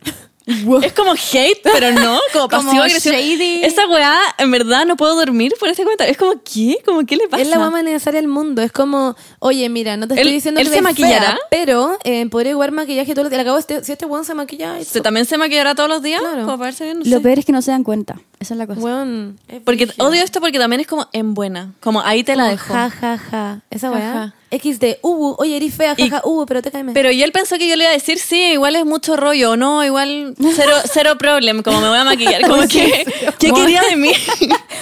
S3: Es como hate, pero no, como
S1: Como
S3: pasivo agresivo.
S1: shady.
S3: Esa weá, en verdad, no puedo dormir por este comentario. Es como, ¿qué? Como, ¿qué le pasa?
S2: Es la weá más necesaria del mundo. Es como, oye, mira, no te estoy
S3: Él-
S2: diciendo
S3: él
S2: que
S3: se
S2: soy
S3: maquillará.
S2: fea, pero eh, podría jugar maquillaje todo lo que le acabo. Este, si este weón se maquilla, es
S3: ¿Se- ¿También se maquillará todos los días?
S2: Claro.
S3: Como para verse bien, no
S1: Lo
S3: sé.
S1: peor es que no se dan cuenta. Esa es la cosa.
S2: weón. es
S3: Porque
S2: brígido.
S3: odio esto porque también es como en buena. Como ahí te la
S2: Como,
S3: dejo.
S2: Ja, ja, ja. Esa
S3: Ja,
S2: weá. X de, uh, oye, eres fea, ja,
S3: Y-
S2: ja, uh, pero te caeme.
S3: Pero y él pensó que yo le iba a decir, sí, igual es mucho rollo, o no, igual cero, cero problem, como me voy a maquillar. Como que, ¿qué quería de mí?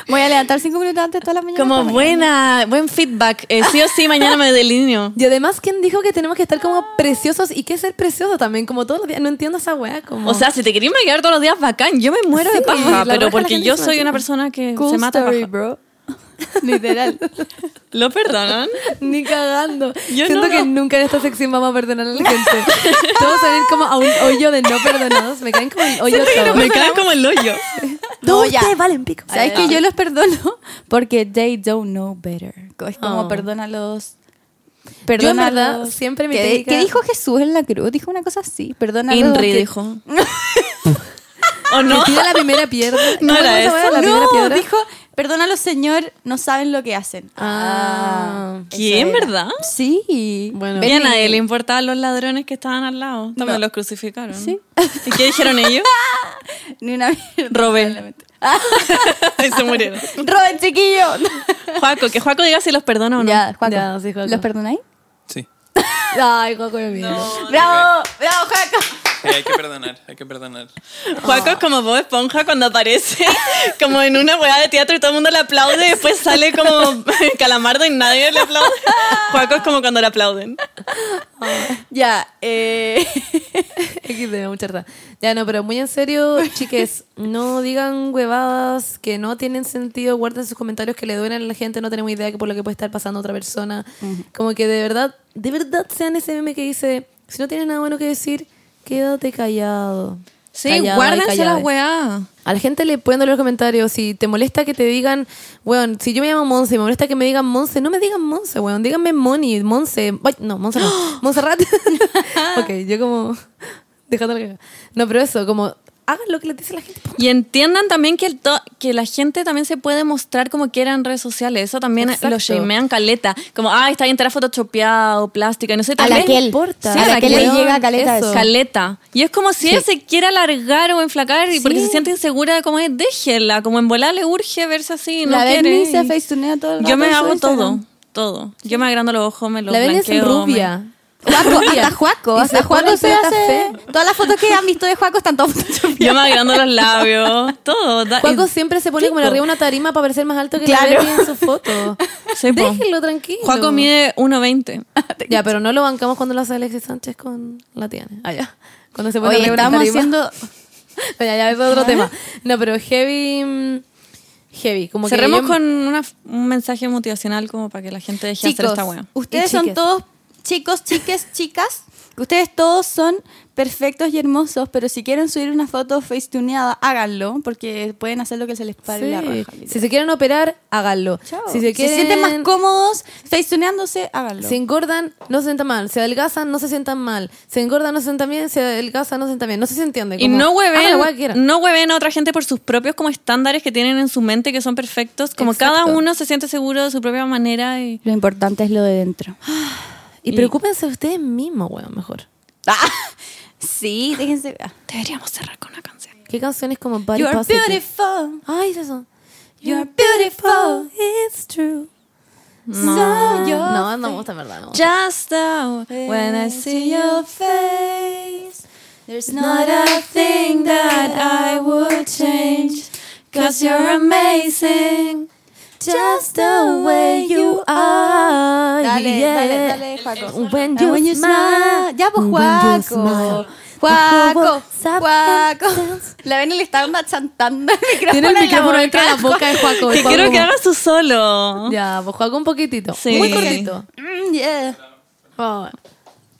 S1: Voy a levantar cinco minutos antes todas las mañanas.
S3: Como
S1: para-
S3: buena, buen feedback. Eh, sí o sí, mañana me delineo.
S2: Y además, ¿quién dijo que tenemos que estar como preciosos? ¿Y qué es ser precioso también? Como todos los días. No entiendo esa weá. Como...
S3: O sea, si te querías maquillar todos los días, bacán. Yo me muero de
S2: Sí, la
S3: paja,
S2: raja
S3: pero
S2: la
S3: porque
S2: gente
S3: yo
S2: se
S3: soy
S2: maquilla.
S3: una persona que
S1: Cool
S3: se mata
S1: story,
S3: paja.
S1: bro. Literal.
S3: ¿Lo perdonan?
S2: Ni cagando.
S3: Yo
S2: Siento
S3: no,
S2: que
S3: no.
S2: nunca en esta sección vamos a perdonar a la gente. Todos salen como a un hoyo de no perdonados. Me caen como el hoyo todo.
S3: Me caen como el hoyo.
S1: No,
S2: Todos
S1: ya.
S2: te valen pico.
S1: ¿Sabes
S3: Ah.
S1: que yo los perdono? Porque they don't know better. Es como
S2: Oh.
S1: perdona los.
S2: Yo en
S1: Perdona
S2: verdad
S1: los-
S2: siempre mi
S1: ¿Qué,
S2: técnica-
S1: qué dijo Jesús en la cruz? Dijo una cosa así. Perdona los
S3: Inri
S1: que-
S3: dijo. ¿O no?
S2: Que tira la primera piedra.
S3: No
S2: ¿Cómo
S3: era
S2: se llama
S3: eso.
S2: La primera
S1: no,
S2: piedra.
S1: dijo, perdónalo, Señor, no saben lo que hacen.
S2: Ah.
S1: eso
S3: ¿Qué, en
S1: era.
S3: verdad?
S1: Sí.
S2: Bueno.
S3: Y a nadie le importaban los ladrones que estaban al lado. También los crucificaron.
S1: Sí.
S3: ¿Y qué dijeron ellos?
S1: Ni una mierda.
S3: Robé. y se murieron.
S1: Roben, chiquillo.
S3: Juaco, que Juaco diga si los perdona o no.
S1: Ya, Juaco.
S2: Ya, sí, Juaco.
S1: ¿Los perdonáis?
S4: Sí.
S2: Ay, Juaco de mierda.
S1: ¡Bravo! ¡Bravo, Juaco!
S4: Eh, hay que perdonar, hay que perdonar.
S3: Juaco es como Bob Esponja cuando aparece como en una hueá de teatro y todo el mundo le aplaude y después sale como calamardo y nadie le aplaude. Juaco es como cuando le aplauden.
S1: Ya, eh.
S2: XD, mucha rata. Ya no, pero muy en serio, chiques, no digan huevadas que no tienen sentido, guarden sus comentarios que le duelen a la gente, no tenemos idea que por lo que puede estar pasando otra persona. Como que de verdad, de verdad sean ese meme que dice, si no tienes nada bueno que decir, quédate callado. Callado y callade.
S3: hueá.
S2: A la gente le pueden doler los comentarios. Si te molesta que te digan, weón, si yo me llamo Monse y me molesta que me digan Monse, no me digan Monse, weón, díganme Moni, Monse. Ay, no, Monse no. Monserrat. ok, yo como. Dejando la cagada. No, pero eso, como. Hagan lo que les dice la gente.
S3: Y entiendan también que, el to- que la gente también se puede mostrar como quiera en redes sociales. Eso también eh,
S2: Exacto.
S3: lo shamean caleta. Como, ay, está bien, trae photoshopeado, plástica, no sé.
S1: A
S3: también
S1: la que él.
S2: importa.
S1: Sí, a la que le
S2: Weón,
S1: llega caleta
S2: eso.
S1: eso.
S3: caleta. Y es como si ella se quiere alargar o enflacar y porque se siente insegura de cómo es, déjela. Como en volar le urge verse así, no
S1: la
S3: quiere.
S1: Berni se
S3: Y-
S1: facetunea todo el rato.
S3: Yo me
S1: en su
S3: hago todo,
S1: Instagram.
S3: todo. Yo me agrando los ojos, me los
S2: la Belén
S3: blanqueo.
S2: es rubia.
S1: Juaco, hasta Juaco,
S2: Y
S1: hasta
S2: se pone
S1: Juaco se
S2: plata
S1: hace.
S2: fe.
S1: Todas las fotos que han visto de Juaco están todas
S3: me- Yo me agrando los labios, todo. da-
S2: Juaco siempre se pone como arriba de una tarima para parecer más alto que
S1: Claro.
S2: la Belén en su foto.
S3: Sí, po.
S2: Déjenlo tranquilo.
S3: Juaco mide 1.20.
S2: Ya, pero no lo bancamos cuando lo hace Alexis Sánchez con la Tiana. Ah, ya. Cuando se pone
S1: Oye,
S2: arriba de una
S1: estamos
S2: tarima.
S1: haciendo.
S2: Pero ya, ya es otro tema. No, pero heavy. mm, Heavy. Como que
S3: Cerremos
S2: yo-
S3: con una- un mensaje motivacional como para que la gente deje de hacer
S1: Chicos,
S3: esta wea.
S1: ustedes
S2: Y chiques.
S1: son todos chicos, chiques, chicas. Ustedes todos son perfectos y hermosos, pero si quieren subir una foto facetuneada, háganlo, porque pueden hacer lo que se les pare la raja.
S2: Sí.
S1: literal.
S2: Si se quieren operar, háganlo.
S1: Chao.
S2: Si se quieren...
S1: sienten más cómodos facetuneándose, háganlo.
S2: Se engordan, no se sientan mal. Se adelgazan, no se sientan mal. Se engordan, no se sientan bien. Se adelgazan, no se sientan bien. No Mm, sé si se entiende.
S3: Y
S2: como,
S3: no
S2: hagan la
S3: hueven,
S2: hueá que quieran.
S3: no hueven a otra gente por sus propios como estándares que tienen en su mente que son perfectos. Como cada
S2: Exacto.
S3: uno se siente seguro de su propia manera y...
S1: Lo importante es lo de dentro.
S2: Y preocúpense ustedes mismos, weón, mejor. Ah.
S1: sí, déjense. ah.
S3: Deberíamos cerrar con una canción.
S2: ¿Qué canciones como Body
S1: You are
S2: Positive?
S1: beautiful.
S2: Ay, es eso.
S1: You are beautiful. It's true. So you're
S2: No, no me gusta, en verdad. No.
S3: Just now, when I see you.
S1: face, there's not a thing that I would change.
S3: Cause you're amazing.
S1: Just the way you are. Dale, dale, dale, Juaco.
S2: When
S1: And
S2: you,
S1: when you smile.
S2: smile.
S1: Ya, pues,
S2: when you
S1: Juaco.
S2: smile.
S1: Juaco,
S2: Something
S1: Juaco. La ven le está chantando el micrófono.
S2: Tiene el
S1: en la
S2: micrófono
S1: boca.
S2: dentro de la boca de Juaco.
S3: Que
S2: Juaco
S3: quiero que
S2: como-
S3: haga su solo.
S2: Ya, pues Juaco un poquitito.
S3: Sí.
S2: Muy cortito.
S1: Mm, yeah.
S2: Oh,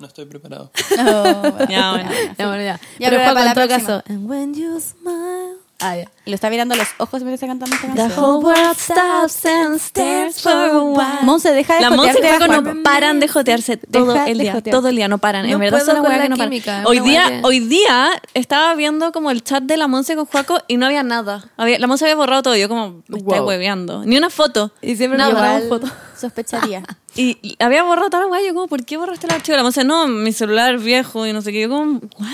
S4: No estoy preparado.
S3: Ya, bueno.
S2: ya, bueno, ya.
S1: Ya,
S2: Pero
S1: pero
S2: Juaco,
S1: para
S2: en
S1: la
S2: todo
S1: próxima.
S2: caso. And when you smile. Ah, ya.
S1: Lo está mirando a los ojos mientras está cantando esta
S2: The
S1: canción.
S2: whole world
S3: Stops and stares for a while.
S1: Monse, deja de
S3: La
S1: jotearte
S3: Monse y
S1: a
S3: Juaco
S1: Juaco.
S3: no paran de jotearse todo
S1: Deja
S3: el
S1: de
S3: día.
S1: jotearte.
S3: Todo el día, no paran. En
S2: No
S3: verdad
S2: puedo
S3: son las
S2: con
S3: weas
S2: la
S3: que no paran.
S2: química,
S3: Hoy
S2: una
S3: día,
S2: wea que-
S3: hoy día estaba viendo como el chat de la Monse con Juaco y no había nada. Había- la Monse había borrado todo. Yo como, me está
S2: Wow.
S3: hueveando. Ni una foto.
S2: Y siempre nos
S1: Igual
S2: borramos fotos.
S1: Sospecharía.
S3: Y y había borrado toda la wea. Yo como, ¿por qué borraste el archivo? La Monse, no, mi celular viejo y no sé qué. Yo como, ¿what?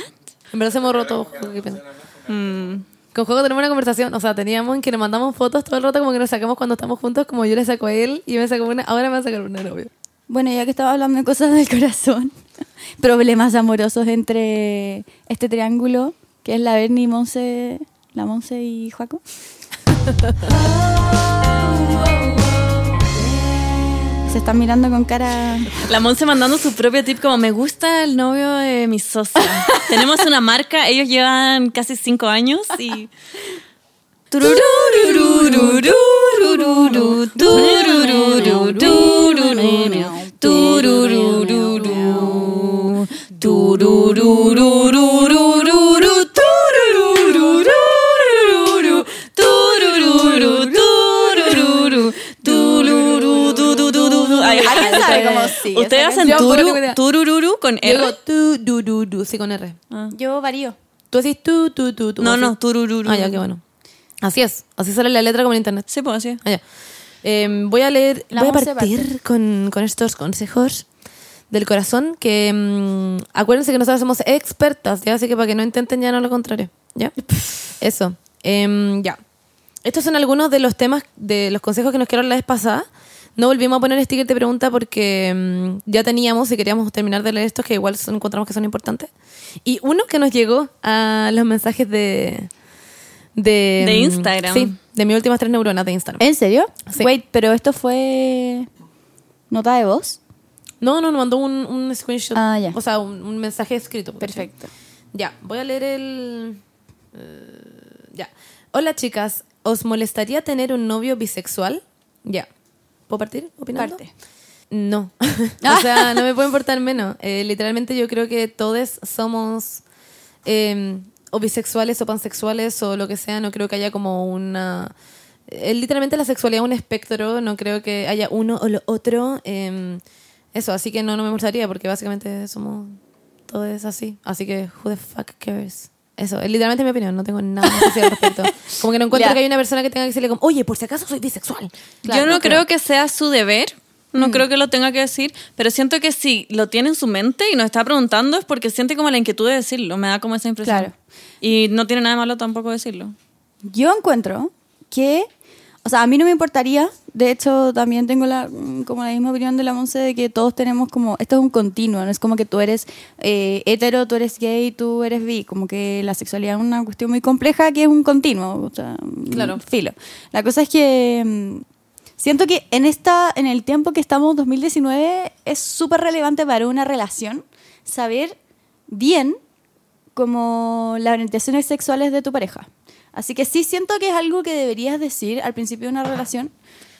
S2: En verdad se morró todo. Juaco, qué pena. Mm. Con Juego tenemos una conversación, o sea, teníamos en que nos mandamos fotos todo el rato, como que nos sacamos cuando estamos juntos, como yo le saco a él y me saco una, ahora me va a sacar una novio.
S1: Bueno, ya que estaba hablando de cosas del corazón, problemas amorosos entre este triángulo, que es la Berni, Monse, la Monse y Juaco. Se están mirando con cara...
S3: La Monse mandando su propio tip como, me gusta el novio de mi socia. Tenemos una marca, ellos llevan casi cinco años y... Ay,
S1: Alguien sabe cómo sigue
S3: Ustedes
S1: esa
S3: hacen
S2: canción. Yo
S3: turu,
S2: por lo que-
S3: turururu con
S2: Yo digo
S3: R.
S2: tu, du, du, du, sí, con R.
S1: Yo varío.
S2: Tú decís tu, tu, tu, tu.
S3: No,
S2: así.
S3: no, turururu.
S2: Ah, ya, qué bueno. Así es, así sale la letra como en internet.
S3: Sí, pues así.
S2: Ah, ya. Em, voy a leer,
S1: La
S2: voy a
S1: Monse
S2: partir con, con estos consejos del corazón que mm, acuérdense que nosotros somos expertas, ¿ya? así que para que no intenten ya no lo contrario, ¿ya? Eso, Em, ya. Estos son algunos de los temas, de los consejos que nos quedaron la vez pasada. No volvimos a poner sticker de pregunta porque mm, ya teníamos y queríamos terminar de leer estos que igual son- encontramos que son importantes. Y uno que nos llegó a los mensajes de... De,
S3: De
S2: mm,
S3: Instagram.
S2: Sí, de mis últimas tres neuronas de Instagram.
S1: ¿En serio?
S2: Sí.
S1: Wait, pero esto fue... ¿Nota de voz?
S2: No, no, nos mandó un, un screenshot.
S1: Ah, ya.
S2: O sea, un, un mensaje escrito. ¿cachai?
S1: Perfecto.
S2: Ya, voy a leer el. eh, ya. Hola, chicas. ¿Os molestaría tener un novio bisexual? Ya. ¿Puedo partir? ¿Opinando?
S1: Parte. Ah.
S2: No. o sea, no me puede importar menos. Eh, literalmente, yo creo que todos somos. eh, o bisexuales o pansexuales o lo que sea. No creo que haya como una. eh, literalmente la sexualidad es un espectro. No creo que haya uno o lo otro. eh, eso, así que no, no me molestaría porque básicamente somos todo es así. Así que, who the fuck cares? Eso, es literalmente mi opinión, no tengo nada más que decir al respecto. Como que no encuentro
S1: Ya.
S2: que haya una persona que tenga que decirle como, oye, por si acaso soy bisexual.
S3: Yo no creo que sea su deber,
S2: Mm.
S3: no creo que lo tenga que decir, pero siento que si lo tiene en su mente y nos está preguntando es porque siente como la inquietud de decirlo, me da como esa impresión.
S1: Claro.
S3: Y no tiene nada de malo tampoco decirlo.
S1: Yo encuentro que, o sea, a mí no me importaría, de hecho también tengo la, mm, como la misma opinión de la Monse de que todos tenemos como, esto es un continuo, no es como que tú eres eh, hetero, tú eres gay, tú eres bi, como que la sexualidad es una cuestión muy compleja que es un continuo, o sea, mm,
S3: Claro.
S1: filo. La cosa es que mm, siento que en, esta, en el tiempo que estamos, 2019, es súper relevante para una relación saber bien como las orientaciones sexuales de tu pareja. Así que sí siento que es algo que deberías decir al principio de una relación,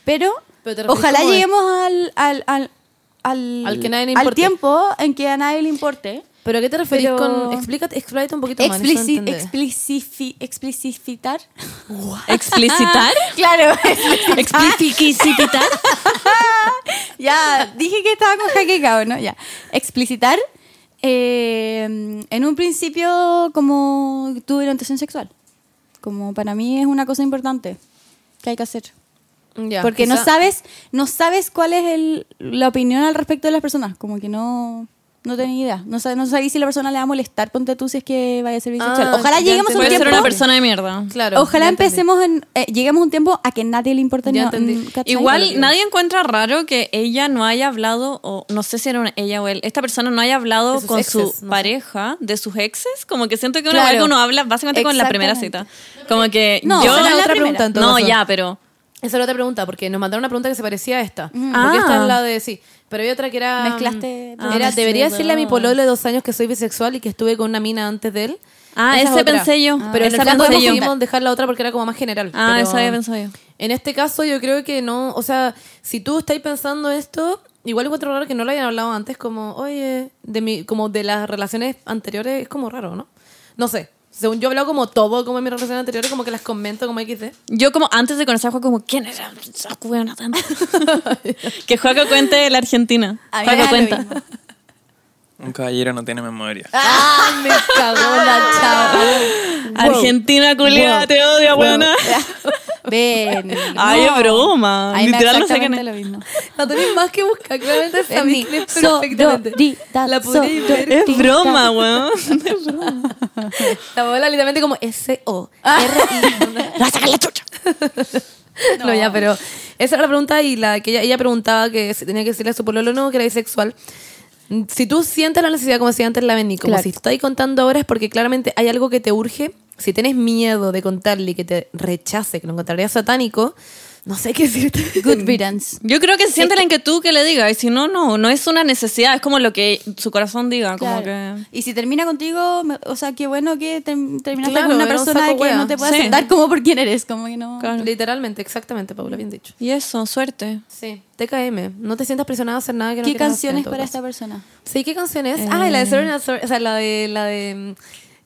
S1: pero,
S2: Pero te refieres
S1: ojalá
S2: como de-
S1: lleguemos al, al, al, al,
S2: Al que nadie le
S1: al
S2: importe.
S1: tiempo en que a nadie le importe.
S2: ¿Pero a qué te referís
S1: Pero-
S2: con...? Explícate, explícate un poquito más. eso
S1: Explici-
S2: entender.
S1: explicifi- explicitar.
S3: ¿Explicitar?
S1: Claro,
S3: ¿Explicitar?
S1: ya, dije que estaba con jaquecao, ¿no? Ya. Explicitar eh, en un principio como tu orientación sexual. Como para mí es una cosa importante que hay que hacer.
S2: Ya,
S1: Porque no
S2: quizá-
S1: sabes, no sabes cuál es el- la opinión al respecto de las personas. Como que no, no tenés idea. No, sab- no sabéis si la persona le va a molestar, ponte tú si es que vaya a ser bisexual.
S2: Ah,
S1: Ojalá
S2: ya
S1: lleguemos
S2: entendí.
S1: a un
S3: Puede ser
S1: tiempo.
S3: una persona de mierda.
S2: Claro.
S1: Ojalá
S2: ya entendí.
S1: empecemos en, eh, lleguemos a un tiempo a que nadie le importa
S2: Ya
S1: no-
S2: entendí.
S1: mm, ¿cachai?
S3: Igual nadie encuentra raro que ella no haya hablado, o no sé si era una- ella o él, esta persona no haya hablado
S2: De sus
S3: con
S2: exes,
S3: su
S2: no sé.
S3: pareja de sus exes. Como que siento que una
S1: Claro.
S3: vez que uno habla, básicamente con la primera cita.
S1: Exactamente.
S3: Como que
S1: No,
S3: yo.
S1: esa era la otra
S2: pregunta, en todo
S3: no,
S2: caso.
S3: ya, pero.
S2: Esa era otra pregunta, porque nos mandaron una pregunta que se parecía a esta.
S3: Ah.
S2: Porque esta es la de sí. Pero hay otra que era.
S1: Mezclaste-
S2: mm, Era,
S1: Ah,
S2: debería
S3: sí,
S2: decirle a mi
S3: verdad.
S2: pololo de dos años que soy bisexual y que estuve con una mina antes de él.
S3: Ah,
S2: Esa es
S3: ese
S2: otra.
S3: pensé yo.
S2: Pero
S3: Ah,
S2: en el
S3: esa
S2: caso
S3: pensé yo.
S2: decidimos dejar la otra porque era como más general.
S3: Ah,
S2: pero-
S3: esa había pensado yo.
S2: En este caso, yo creo que no. O sea, si tú estáis pensando esto, igual encuentro raro que no lo hayan hablado antes, como, oye, de mi, como de las relaciones anteriores, es como raro, ¿no? No sé. Según yo he hablado como todo, como en mis relaciones anteriores, como que las comento como XD.
S3: Yo como antes de conocer a Juaco, como, ¿quién era esa hueona tanto? que Juaco cuente de la Argentina.
S1: A mí me
S3: Juaco
S1: da lo
S3: cuenta.
S1: mismo.
S4: Un caballero no tiene memoria.
S2: ¡Ah! Me cagó la chava.
S3: Argentina, culiada,
S1: Wow.
S3: te odio, hueona.
S1: Ven.
S3: Ay, es broma.
S1: Ay, me da
S3: Literal, no sé
S1: exactamente
S3: quién es.
S1: lo mismo.
S2: La tenéis más que buscar, claramente
S1: Es mi
S2: sabéis que es perfectamente.
S1: sororidad,
S2: La podéis ver.
S1: sororidad.
S3: Es broma, weón.
S2: La bola literalmente como S-O. R-I.
S3: Vas a sacar la chucha.
S2: No. ya, pero esa era la pregunta y la que ella, ella preguntaba que si tenía que decirle a su pololo no, que era bisexual. Mm, Si tú sientes la necesidad, como decía antes la Benny, como
S1: Claro.
S2: si estás contando ahora es porque claramente hay algo que te urge. Si tienes miedo de contarle y que te rechace, que lo encontraría satánico, no sé qué decirte.
S1: Good riddance.
S3: Yo creo que siente la inquietud que le diga. Y si no, no, no es una necesidad. Es como lo que su corazón diga. Como
S1: Claro.
S3: que.
S1: Y si termina contigo, me- o sea, qué bueno que term- terminaste
S2: Claro,
S1: con una
S2: era un
S1: persona
S2: saco
S1: que
S2: wea.
S1: no te puede
S3: Sí.
S1: aceptar como por quien eres, como que no.
S3: Claro.
S2: Literalmente, exactamente, Paula, bien dicho.
S3: Y eso, suerte.
S2: Sí, TKM. No te sientas presionada a hacer nada que no
S1: ¿Qué
S2: quieras hacer, en
S1: canciones
S2: todo
S1: para
S2: caso.
S1: esta Eh. persona?
S2: Sí, ¿qué canción es? Ah, la de Serena Sor- o sea, la de, la de, mm,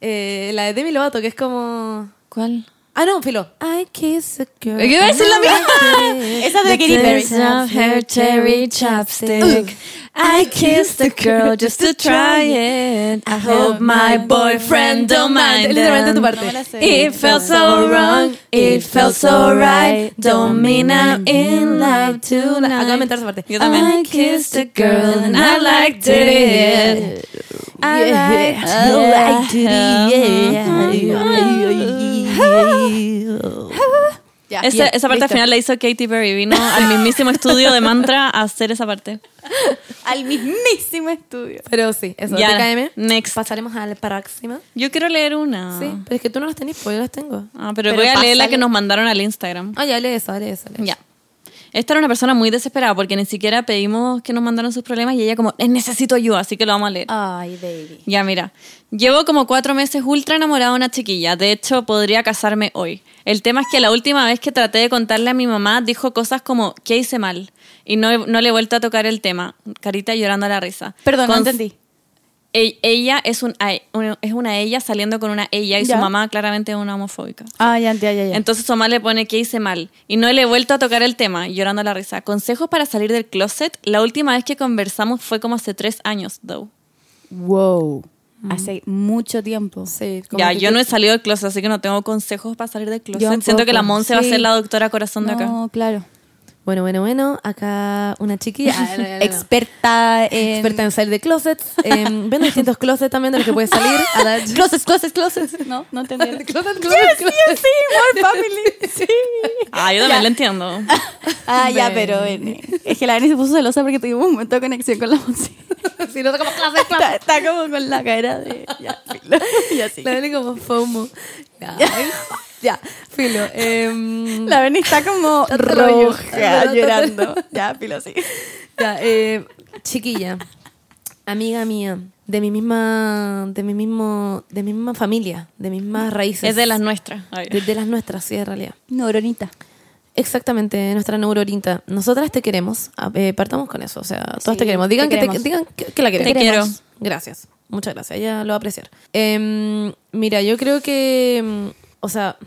S2: eh, la de Demi Lovato, que es como...
S3: ¿Cuál?
S2: Ah, no, filo. I kiss a girl.
S3: ¿Qué iba a decir la mía?
S1: Esa de Katy Perry.
S3: chapstick. I kissed a girl just to try it. I hope my boyfriend don't mind.
S2: Literalmente tu parte.
S1: No me la sé.
S3: It felt so wrong, it felt so right. Don't mean I'm in love tonight.
S2: Acabo de inventar esa parte. Ah,
S3: Yo también. I kissed a girl and I liked it. I liked
S1: Ya,
S3: Esa,
S1: bien,
S3: esa parte al
S1: listo.
S3: final la hizo Katy Perry. Vino al mismísimo estudio de Mantra a hacer esa parte.
S1: Al mismísimo estudio.
S2: Pero sí, eso.
S3: Ya,
S2: TKM.
S3: next.
S2: Pasaremos a la próxima.
S3: Yo quiero leer una.
S2: Sí, pero es que tú no las tenés, pues yo las tengo.
S3: Ah, pero, voy a leer la
S2: pásale.
S3: que nos mandaron al Instagram.
S2: Ah, ya, lee esa, lee esa. lee esa.
S3: Ya. Esta era una persona muy desesperada porque ni siquiera pedimos que nos mandaran sus problemas y ella como, "Eh, necesito ayuda, así que lo vamos a leer.
S1: Ay, baby.
S3: Ya, mira. Llevo como cuatro meses ultra enamorada de una chiquilla. De hecho, podría casarme hoy. El tema es que la última vez que traté de contarle a mi mamá, dijo cosas como, ¿qué hice mal? Y no, he- no le he vuelto a tocar el tema. Carita llorando a la risa.
S1: Perdón, no
S3: Con-
S1: entendí.
S3: E- Ella es, un, a- un- es una ella saliendo con una ella y
S1: Ya.
S3: su mamá claramente es una homofóbica.
S1: Ah, ya, ya, ya. ya.
S3: Entonces su mamá le pone que hice mal y no le he vuelto a tocar el tema, llorando a la risa. Consejos para salir del closet. La última vez que conversamos fue como hace tres años, though.
S1: wow.
S3: Mm.
S1: Hace mucho tiempo.
S2: Sí, como
S3: Ya,
S2: que
S3: yo
S2: tú-
S3: no he salido del closet, así que no tengo consejos para salir del
S1: Yo
S3: closet. Siento que la
S1: tampoco.
S3: Monse va a ser
S1: Sí.
S3: la doctora corazón de acá.
S1: No, claro.
S2: Bueno, bueno, bueno. Acá una chiquilla. Ah, no, no, no, no.
S1: Experta en...
S2: Experta en salir de closets. Eh, vendo distintos closets también de los que puedes salir. A la-
S1: Closes, closes, closes. No, no entendieron.
S2: Closet, closet,
S1: Yes,
S2: closet.
S1: yes, sí, more family. Sí.
S3: Ah, yo también lo entiendo.
S1: Ah, ya,
S2: Ven.
S1: pero eh, es que la Dani se puso celosa porque tuvimos un momento de conexión con la música.
S2: Si no tocamos clases,
S1: Está, está como con la cara de... Ya, filo. Y así.
S2: La ven como FOMO. Ya, ya, filo. em,
S1: La Dani está como
S2: Tanto rollo.
S1: roja, llorando. Ya, filo, sí.
S2: ya, em, chiquilla, amiga mía, de mi misma, de mi mismo, de mi misma familia, de mis mismas raíces.
S3: es de las nuestras. Ay.
S2: de, de las nuestras, sí, en realidad.
S1: Neuronita.
S2: Exactamente, nuestra neurorinta. Nosotras te queremos. A- eh, partamos con eso. O sea, todas
S1: Sí,
S2: te queremos. Digan,
S1: te
S2: que, te-
S1: queremos.
S2: digan que, que la queremos.
S3: quiero.
S2: Gracias. Muchas gracias, ella lo va a apreciar. Em, mira, yo creo que, em, o sea,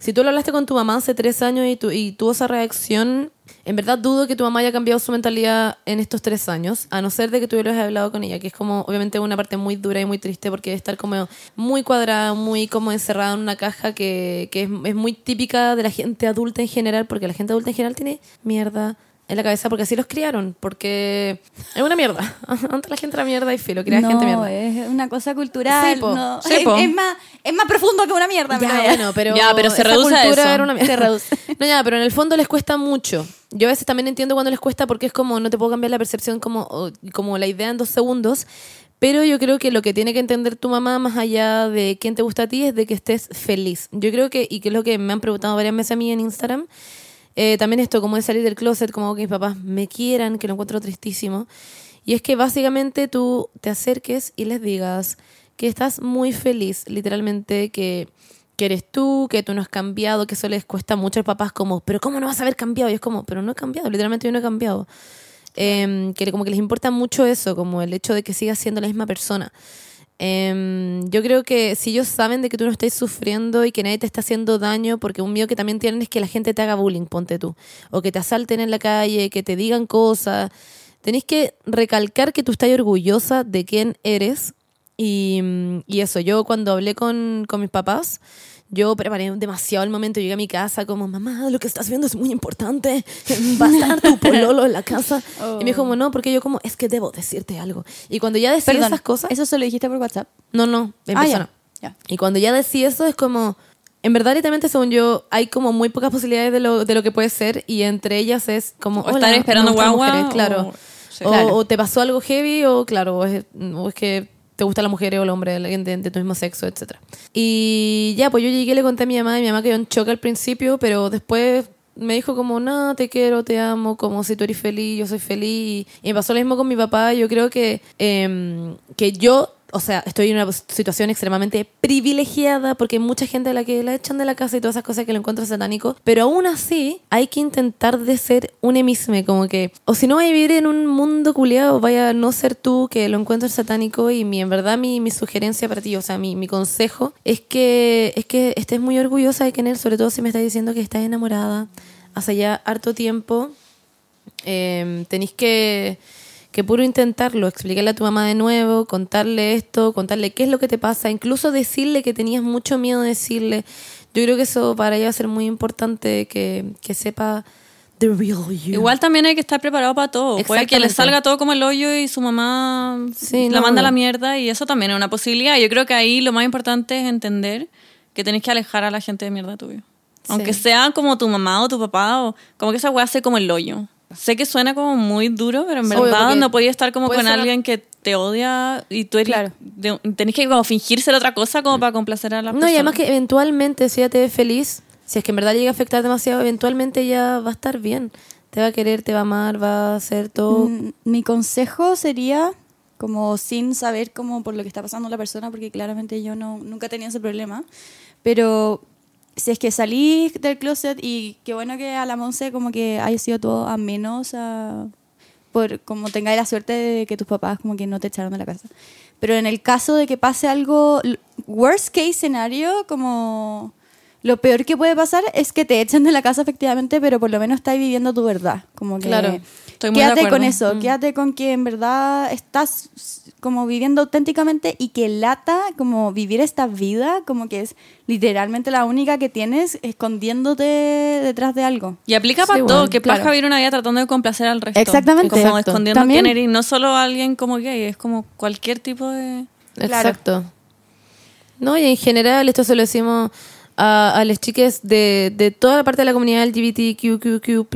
S2: si tú lo hablaste con tu mamá hace tres años y, tu- y tuvo esa reacción, en verdad dudo que tu mamá haya cambiado su mentalidad en estos tres años, a no ser de que tú hubieras hablado con ella, que es como obviamente una parte muy dura y muy triste porque debe estar como muy cuadrada, muy como encerrada en una caja que, que es, es muy típica de la gente adulta en general, porque la gente adulta en general tiene mierda en la cabeza porque así los criaron, porque es una mierda. Antes la gente era mierda y filo, quería
S1: no,
S2: gente mierda.
S1: es una cosa cultural.
S2: Sí, po.
S1: no.
S3: Sí,
S1: es,
S3: po.
S1: es más, es más profundo que una mierda.
S2: Ya,
S1: mira.
S2: bueno, pero,
S3: Ya, pero se
S2: esa
S3: reduce a
S2: cultura
S3: eso.
S2: era una mierda.
S1: Se reduce.
S2: No, ya, pero en el fondo les cuesta mucho. Yo a veces también entiendo cuando les cuesta porque es como no te puedo cambiar la percepción como, o- como la idea en dos segundos. Pero yo creo que lo que tiene que entender tu mamá, más allá de quién te gusta a ti, es de que estés feliz. Yo creo que, y que es lo que me han preguntado varias veces a mí en Instagram, eh, también esto, como de salir del closet, como que mis papás me quieran, que lo encuentro tristísimo. Y es que básicamente tú te acerques y les digas que estás muy feliz, literalmente, que, que eres tú, que tú no has cambiado, que eso les cuesta mucho a los papás, como, pero ¿cómo no vas a haber cambiado? Y es como, pero no he cambiado, literalmente yo no he cambiado. Em, que le- como que les importa mucho eso, como el hecho de que sigas siendo la misma persona. Em, yo creo que si ellos saben de que tú no estás sufriendo y que nadie te está haciendo daño, porque un miedo que también tienen es que la gente te haga bullying, ponte tú, o que te asalten en la calle, que te digan cosas, tenés que recalcar que tú estás orgullosa de quién eres. Y, mm, y eso, yo cuando hablé con, con mis papás, yo preparé demasiado el momento, llegué a mi casa como, mamá, lo que estás viendo es muy importante, va a estar tu pololo en la casa. Y me dijo, como, no, porque yo como, es que debo decirte algo. Y cuando ya decía
S1: Perdón,
S2: esas cosas...
S1: Eso se lo dijiste por WhatsApp.
S2: No, no, en
S1: Ah,
S2: persona.
S1: ya, ya.
S2: Y cuando ya decí eso, es como. En verdad, literalmente, según yo, hay como muy pocas posibilidades de lo, de lo que puede ser. Y entre ellas es como.
S3: O estar esperando
S2: me gustan
S3: guagua,
S2: mujeres", claro.
S3: o-
S2: O,
S3: sí.
S1: Claro.
S2: o te pasó algo heavy, o claro, o es, o es que te gusta la mujer o el hombre, alguien de, de tu mismo sexo, etc. Y ya, pues yo llegué, le conté a mi mamá, y mi mamá quedó en choque al principio, pero después me dijo como, no, te quiero, te amo, como si tú eres feliz, yo soy feliz. Y me pasó lo mismo con mi papá. Yo creo que, em, que yo, o sea, estoy en una situación extremadamente privilegiada porque hay mucha gente a la que la echan de la casa y todas esas cosas que lo encuentro satánico. Pero aún así, hay que intentar de ser un emisme, como que, o si no, vaya a vivir en un mundo culiado, vaya a no ser tú que lo encuentro satánico. Y mi, en verdad, mi, mi sugerencia para ti, o sea, mi, mi consejo es que, es que estés muy orgullosa de Kenel, sobre todo si me estás diciendo que estás enamorada hace ya harto tiempo eh, tenéis que, que puro intentarlo, explicarle a tu mamá de nuevo, contarle esto, contarle qué es lo que te pasa, incluso decirle que tenías mucho miedo de decirle. Yo creo que eso para ella va a ser muy importante que, que sepa the real you.
S3: Igual también hay que estar preparado para todo. Puede que le
S2: Exactamente.
S3: salga todo como el hoyo y su mamá
S2: Sí,
S3: la
S2: no,
S3: manda a
S2: no.
S3: la mierda y eso también es una posibilidad. Yo creo que ahí lo más importante es entender que tenés que alejar a la gente de mierda tuyo. Aunque
S2: Sí.
S3: sea como tu mamá o tu papá o como que esa weá sea como el hoyo. Sé que suena como muy duro, pero en
S2: Obvio,
S3: verdad
S2: porque
S3: no podías estar como
S2: puede
S3: con
S2: sonar-
S3: alguien que te odia y tú eres
S1: Claro.
S3: de- tenés que como fingir ser otra cosa como para complacer a la
S2: No,
S3: persona.
S2: y además que eventualmente, si ella te ve feliz, si es que en verdad llega a afectar demasiado, eventualmente ella va a estar bien. Te va a querer, te va a amar, va a hacer todo.
S1: Mm, Mi consejo sería, como sin saber como por lo que está pasando la persona, porque claramente yo no, nunca tenía ese problema, pero si es que salí del closet y qué bueno que a la Monse como que haya sido todo ameno, o sea, por como tengáis la suerte de que tus papás como que no te echaron de la casa. Pero en el caso de que pase algo, l- worst case scenario, como lo peor que puede pasar es que te echen de la casa efectivamente, pero por lo menos estás viviendo tu verdad. Como que
S2: Claro.
S3: Estoy muy de
S1: quédate
S3: acuerdo. Mm.
S1: con eso, quédate con que en verdad estás s- como viviendo auténticamente y que lata como vivir esta vida, como que es literalmente la única que tienes escondiéndote detrás de algo.
S3: Y aplica para
S2: Sí,
S3: todo,
S2: bueno,
S3: que
S2: claro.
S3: paja vivir una vida tratando de complacer al resto.
S1: Exactamente.
S3: Como
S2: Exacto.
S3: escondiendo
S1: También-
S3: quién eres, no solo a alguien como gay, es como cualquier tipo de...
S1: Claro.
S2: Exacto. No, y en general, esto se lo decimos a, a las chicas de, de toda la parte de la comunidad LGBTQQQ.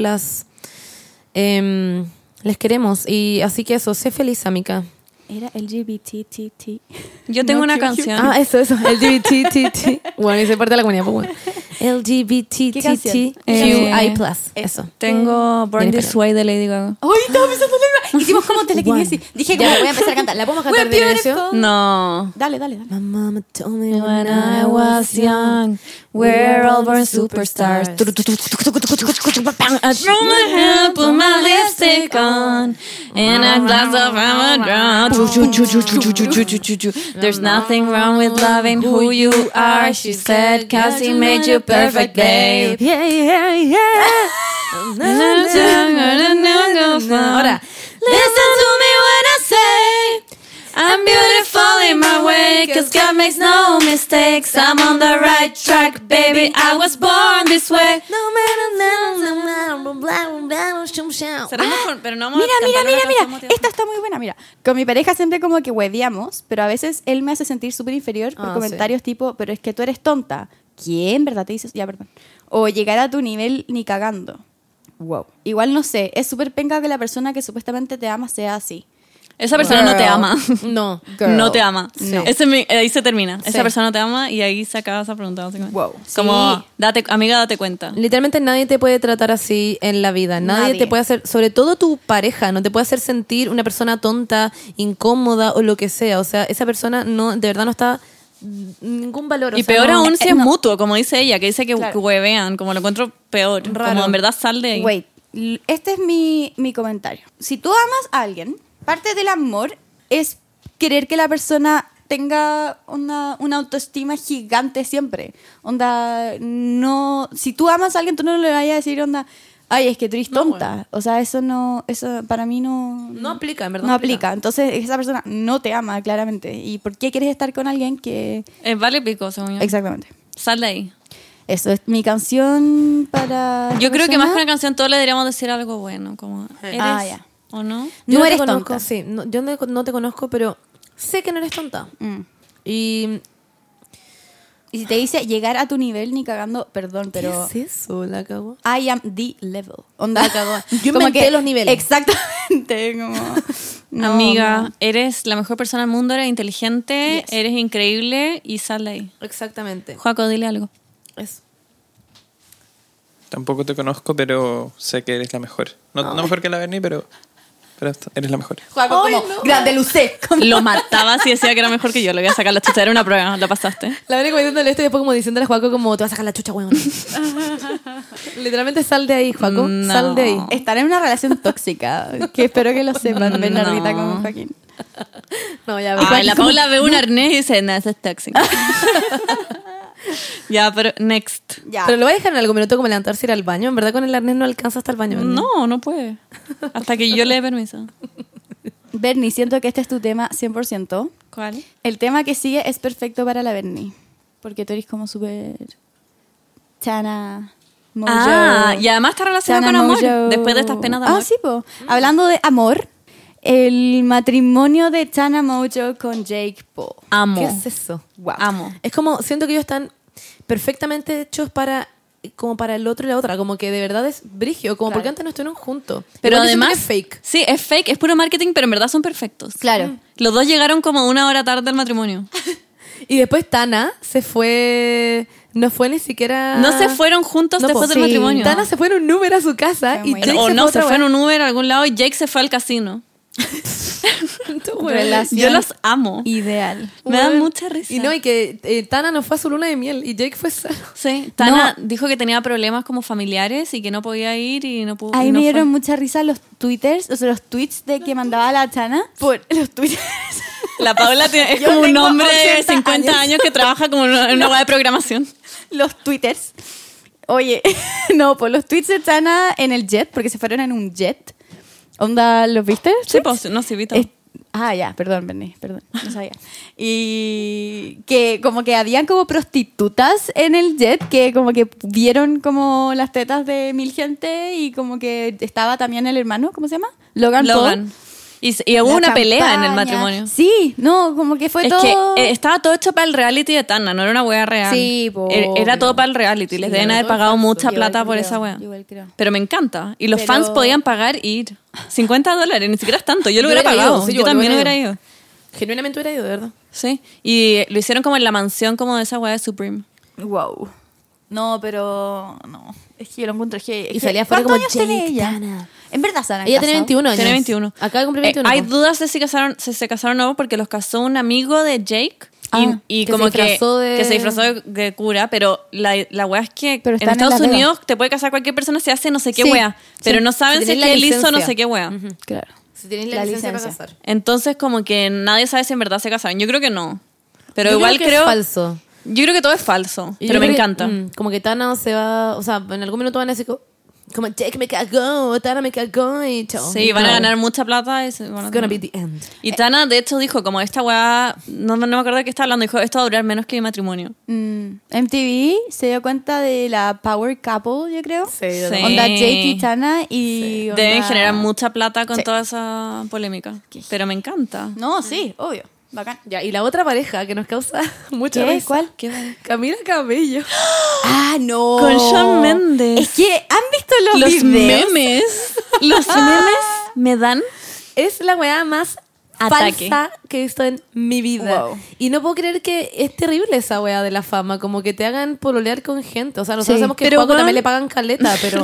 S2: Em, les queremos. Y así que eso, sé feliz, amiga.
S1: Era LGBTTT.
S3: Yo
S1: No,
S3: tengo una
S1: cute, cute.
S3: canción.
S2: Ah, eso, eso. LGBTQQI. bueno, y se parte de la comunidad, pues bueno. LGBTQQI.
S1: canción? Eh,
S2: Eso.
S3: Tengo Born
S2: Bien, eh,
S3: This Way de Lady Gaga.
S1: ¡Ay, estaba pensando en la misma! Hicimos como telequinesis. Dije, como,
S2: Ya,
S1: voy
S2: voy
S1: a empezar a cantar. ¿La podemos
S2: cantar de inicio?
S3: No.
S1: Dale, dale, dale.
S2: My mama told me
S3: When I was young, we're all born superstars. I threw my hand, put my lipstick on, and a glass of Amadron. There's nothing wrong with loving who you are, she said. Cassie made you perfect, babe.
S2: Yeah, yeah, yeah.
S3: Ahora, listen to me when I say I'm beautiful in my way, cause God makes no mistakes. I'm on the right track, baby. I was born this way. pero no
S1: Mira, mira, mira, mira. Esta está muy buena, mira. Con mi pareja siempre como que hueveamos, pero a veces él me hace sentir súper inferior por
S2: Ah,
S1: comentarios tipo, pero es que tú eres tonta. ¿Quién, verdad? Te dices, ya, perdón. O llegar a tu nivel ni cagando. Wow. Igual no sé, es súper penca que la persona que supuestamente te ama sea así.
S3: Esa persona no te ama.
S2: No.
S1: Girl.
S3: No te ama.
S1: Sí.
S3: Ese mi- ahí se termina.
S2: Sí.
S3: Esa persona no te ama y ahí se acaba esa pregunta. básicamente.
S1: Wow.
S3: Como,
S1: Sí.
S3: date, amiga, date cuenta.
S2: Literalmente nadie te puede tratar así en la vida. Nadie,
S1: Nadie.
S2: te puede hacer, sobre todo tu pareja, no te puede hacer sentir una persona tonta, incómoda o lo que sea. O sea, esa persona no, de verdad no está ningún valor. o
S3: Y
S2: sea,
S3: peor
S2: no-
S3: aún si
S1: eh,
S3: es
S1: no.
S3: mutuo, como dice ella, que dice que
S1: Claro.
S3: que huevean, como lo encuentro peor.
S2: Raro.
S3: Como en verdad sal de ahí.
S1: Wait, l- este es mi, mi comentario. Si tú amas a alguien, parte del amor es querer que la persona tenga una, una autoestima gigante siempre. Onda, no. Si tú amas a alguien, tú no le vayas a decir, onda, ay, es que tú eres tonta. O sea, eso no. Eso para mí no.
S2: No aplica, en verdad.
S1: No aplica. Entonces, esa persona no te ama, claramente. ¿Y por qué quieres estar con alguien que.
S3: Eh, vale pico, según yo.
S1: Exactamente.
S3: Sal de ahí.
S1: Eso es mi canción para.
S3: Yo
S1: esta
S3: creo que más que
S1: persona.
S3: una canción todos le deberíamos decir algo bueno, como eres
S1: Ah, ya.
S3: o no.
S2: Yo
S1: No
S2: te
S1: eres
S2: conozco,
S1: tonta.
S2: Sí, no- yo no, no te conozco, pero sé que no eres tonta.
S1: Mm.
S2: Y.
S1: Y si te dice llegar a tu nivel ni cagando, perdón, pero
S2: ¿Qué es eso? La cago.
S1: I am the level. Onda,
S2: Yo
S1: como
S2: inventé los niveles.
S1: Exactamente, como no,
S3: Amiga,
S1: no.
S3: eres la mejor persona del mundo, eres inteligente,
S1: Yes.
S3: eres increíble y sal de ahí.
S2: Exactamente.
S3: Joaco, dile algo.
S2: Eso.
S4: Tampoco te conozco, pero sé que eres la mejor. No, no mejor que la Bernie, pero, pero eres la mejor.
S1: Juego como grande lucé. como-
S3: Lo mataba si decía que era mejor que yo. Lo voy a sacar la chucha, era una prueba, la pasaste.
S2: La ven comentándole esto y después como diciéndole a Juaco como te vas a sacar la chucha, weón. Literalmente sal de ahí, Juaco.
S3: No.
S2: Sal de ahí.
S1: Estar en una relación tóxica, que espero que lo sepan, Bernardita como Joaquín.
S2: No, ya
S3: Ay, la
S2: Juaco,
S3: Paula ve un arnés y dice, no, eso es tóxico. ya, pero next.
S1: Ya.
S2: Pero lo voy a dejar en algún minuto como levantarse y ir al baño. En verdad con el arnés no alcanza hasta el baño. ¿verdad?
S3: No, no puede. Hasta que yo le dé permiso.
S1: Bernie, siento que este es tu tema 100%.
S3: ¿Cuál?
S1: El tema que sigue es perfecto para la Bernie, porque tú eres como súper chana. mojo.
S3: Ah, y además está relacionado
S1: Sana
S3: con amor.
S1: Mojo.
S3: Después de estas penas de amor. Mm.
S1: Ah, sí, po. Hablando de amor, el matrimonio de Chana Mojo con Jake Paul.
S3: Amo.
S2: ¿Qué es eso?
S1: Wow.
S3: Amo.
S2: Es como, siento que ellos están perfectamente hechos para como para el otro y la otra, como que de verdad es brigio, como porque antes no estuvieron juntos.
S3: Pero
S2: Igual yo siento
S3: además.
S2: que es fake. Mm.
S3: Sí, es fake, es puro marketing, pero en verdad son perfectos.
S1: Claro.
S3: Los dos llegaron como una hora tarde al matrimonio.
S2: Y después Tana se fue, no fue ni siquiera
S3: No se fueron juntos
S2: Ah, No,
S3: después
S2: po. Sí.
S3: del matrimonio.
S2: Tana se fue en un Uber a su casa
S1: Fue
S2: y
S1: muy
S2: Jake
S3: o
S2: se
S3: no,
S2: fue
S3: se
S2: a otra
S3: fue en
S2: wea.
S3: un Uber a algún lado y Jake se fue al casino.
S2: Tu wea.
S1: Relación
S3: Yo los amo.
S1: ideal.
S3: Me da
S2: Weón.
S3: mucha risa.
S2: Y no, y que eh, Tana no fue a su luna de miel y Jake fue solo.
S3: Sí, Tana dijo que tenía problemas como familiares y que no podía ir y no pudo.
S1: Ahí
S3: y no
S1: me
S3: fue.
S1: dieron mucha risa los twitters, o sea, los tweets de que mandaba la Chana por los twitters.
S3: La Paula tiene- es
S1: Yo
S3: como un
S1: tengo
S3: hombre de
S1: 80
S3: 50 años. que trabaja como en una- en una web de programación.
S1: los twitters. Oye, no, por los tweets de Chana en el jet, porque se fueron en un jet. Onda, ¿los viste? los
S3: Sí,
S1: tweets?
S3: pues, no, sí, Vito.
S1: Es- ah, ya, perdón, Berni, perdón, no sabía. Y que como que habían como prostitutas en el jet que como que vieron como las tetas de mil gente y como que estaba también el hermano, ¿cómo se llama? Logan, Paul.
S3: Logan. Y, se- y hubo
S1: La
S3: una pelea en el
S1: campaña.
S3: matrimonio.
S1: Sí, no, como que fue
S3: es
S1: todo...
S3: que eh, estaba todo hecho para el reality de Tana, no era una wea real.
S1: Sí, po,
S3: Era- Era
S1: obvio.
S3: todo para el reality, les
S1: Sí,
S3: deben
S1: claro,
S3: haber
S2: todo
S3: pagado
S2: falso.
S3: mucha
S1: Igual
S3: plata por
S1: creo,
S3: esa wea.
S1: igual creo.
S3: Pero me encanta. Y los
S1: Pero-
S3: fans podían pagar ir. 50 dólares, ni siquiera es tanto. Yo lo
S2: Yo
S3: hubiera
S2: hubiera ido,
S3: pagado.
S2: sí,
S3: yo,
S2: igual
S3: también
S2: hubiera
S3: hubiera ido.
S2: Genuinamente hubiera ido, de verdad.
S3: Sí. Y eh, lo hicieron como en la mansión como de esa wea de Supreme.
S1: Wow. No, pero no. Es que yo lo encuentro es que. es
S2: Y
S1: que-
S2: salía afuera
S1: ¿cuántos
S2: como
S1: años tiene
S2: Jake
S1: ella?
S2: Tana.
S1: En verdad, Sara.
S2: Ella tiene 21 años.
S3: Tiene 21.
S2: Acaba de cumplir
S3: Eh,
S2: 21.
S3: hay dudas de si, casaron, si se casaron o no porque los casó un amigo de Jake. y-
S1: Ah,
S3: y
S2: que
S3: como
S2: se
S3: que,
S2: disfrazó de-
S3: que se disfrazó de, de cura, pero la, la wea es que
S1: Pero
S3: en
S1: están en
S3: Estados
S1: la pega.
S3: Unidos te puede casar cualquier persona si hace no sé qué
S1: Sí,
S3: wea, pero
S1: sí.
S3: no saben
S2: Si
S3: si, es
S2: tenés
S3: que
S2: la
S3: él hizo no
S2: licencia.
S3: sé qué wea.
S1: Claro.
S2: si tienes la,
S1: la
S2: licencia, para
S1: licencia.
S2: casar.
S3: Entonces como que nadie sabe si en verdad se casaron. Yo creo que no. Pero
S2: Yo
S3: igual
S2: que
S3: creo...
S2: es falso.
S3: Yo creo que todo es falso,
S2: Y yo
S3: pero me
S2: creo que,
S3: encanta.
S2: mm, como que Tana se va, o sea, en algún minuto van a decir co- como, Jake me cagó, Tana me cagó y chao.
S3: Sí, van a
S2: No.
S3: ganar mucha plata. Y, se van a
S2: It's gonna be
S3: tener-
S2: the end.
S3: Y Tana, de hecho, dijo como esta weá, no, no me acuerdo de qué está hablando, dijo, esto va a durar menos que mi matrimonio.
S1: Mm, MTV se dio cuenta de la Power Couple, yo creo.
S2: Sí,
S3: Sí.
S1: Onda Jake y Tana y. onda-
S3: Deben generar mucha plata con
S1: Sí.
S3: toda esa polémica. Pero me encanta.
S1: No, sí, obvio. Bacán.
S2: Ya, y la otra pareja que nos causa mucha
S1: ¿Qué?
S2: risa.
S1: ¿Cuál?
S3: ¿Qué
S2: Camila Cabello.
S1: Ah, no.
S3: Con Shawn Mendes.
S1: Es que han visto los,
S3: Los
S1: videos?
S3: memes. Los memes me dan.
S2: Es la weá más
S3: Ataque.
S2: falsa que he visto en mi vida.
S1: Wow.
S2: Y no puedo creer que es terrible esa weá de la fama, como que te hagan pololear con gente. O sea, nosotros
S1: Sí.
S2: sabemos que
S3: Pero,
S2: Paco
S3: weón-
S2: también le pagan caleta, pero...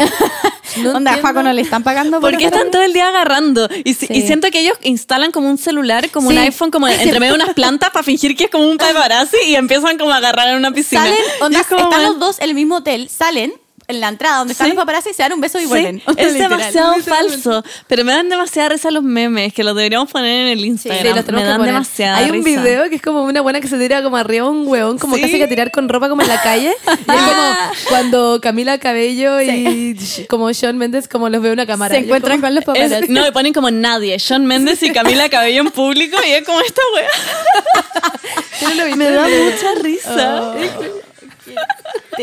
S1: Onda,
S2: entiendo.
S1: Juaco no le están pagando
S3: Porque
S1: estar-
S3: están todo el día agarrando. Y, si- y
S1: Sí.
S3: siento que ellos instalan como un celular, como un
S1: Sí.
S3: iPhone, como entre medio de unas plantas para fingir que es como un paparazzi y empiezan como a agarrar en una piscina.
S1: Salen, onda,
S3: Y es como,
S1: están
S3: man,
S1: los dos en el mismo hotel, salen en la entrada donde están
S3: Sí.
S1: los paparazzi, se dan un beso y
S3: Sí,
S1: vuelven.
S3: es
S1: Literal.
S3: demasiado falso. Pero me dan demasiada risa los memes, que los deberíamos poner en el Instagram.
S2: Sí, los
S3: me
S2: tenemos que
S3: dan
S2: poner.
S3: demasiada
S2: Hay un
S3: risa.
S2: video que es como una buena que se tira como arriba a un hueón, como
S3: Sí.
S2: casi que a tirar con ropa como en la calle. y es como cuando Camila Cabello y sh- como Sean Méndez como los ve una cámara.
S1: Se
S2: Yo
S1: encuentran
S2: como-
S1: con los
S3: Es-
S1: paparazzi.
S3: no, le ponen como nadie. Sean Méndez y Camila Cabello en público y es como esta wea.
S2: Yo no lo he visto,
S3: Me da
S2: pero-
S3: mucha risa.
S1: Te-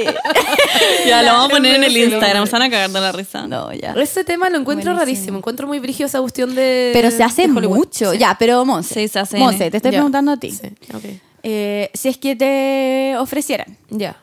S3: Oh. Ya, lo vamos a poner en el
S2: Sí, lo
S3: Instagram. Se van a cagar de la risa.
S1: No, ya.
S2: Ese tema lo encuentro
S1: Buenísimo.
S2: rarísimo. Encuentro muy brigio esa cuestión de.
S1: Pero se hace
S2: de Hollywood.
S1: mucho. Ya, pero Monse.
S3: Sí, se hace.
S1: Monse, te estoy
S2: Ya.
S1: preguntando a ti.
S2: Sí, ok.
S1: Eh, si es que te ofrecieran.
S2: Ya.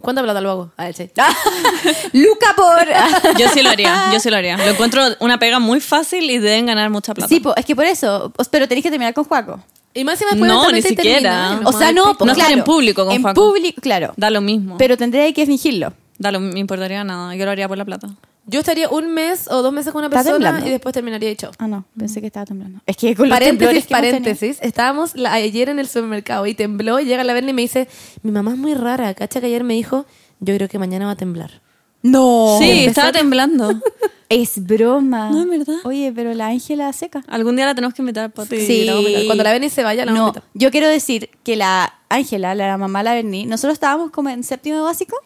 S2: ¿Cuánta plata lo hago? A ver, sí.
S1: Luca por.
S3: Yo sí lo haría, yo sí lo haría. Lo encuentro una pega muy fácil y deben ganar mucha plata.
S1: Sí, po, es que por eso. Os- Pero tenés que terminar con Juaco.
S2: Y más encima después
S3: No,
S2: eventualmente
S3: ni siquiera.
S2: terminan.
S1: O sea, no, po,
S3: No estar
S1: claro,
S3: en público con
S1: En
S3: Juaco.
S1: público, claro.
S3: Da lo mismo.
S1: Pero tendría que fingirlo.
S3: Da lo, me importaría nada. Yo lo haría por la plata.
S2: Yo estaría un mes o dos meses con una
S1: Está
S2: persona
S1: temblando.
S2: y después terminaría y chao.
S1: Ah, no, pensé que estaba temblando. Es que con los temblores
S2: Paréntesis,
S1: que hemos tenido.
S2: paréntesis. Estábamos la- ayer en el supermercado y tembló. Y llega la Berni y me dice: Mi mamá es muy rara. Cacha que ayer me dijo: Yo creo que mañana va a temblar.
S1: No.
S3: sí, estaba temblando.
S1: Es broma.
S3: No, es verdad.
S1: Oye, pero la Ángela seca.
S3: Algún día la tenemos que invitar al podcast.
S1: Sí.
S2: la vamos a invitar. Cuando la Berni se vaya, la
S1: No,
S2: vamos a invitar.
S1: yo quiero decir que la Ángela, la mamá de la Berni, nosotros estábamos como en séptimo básico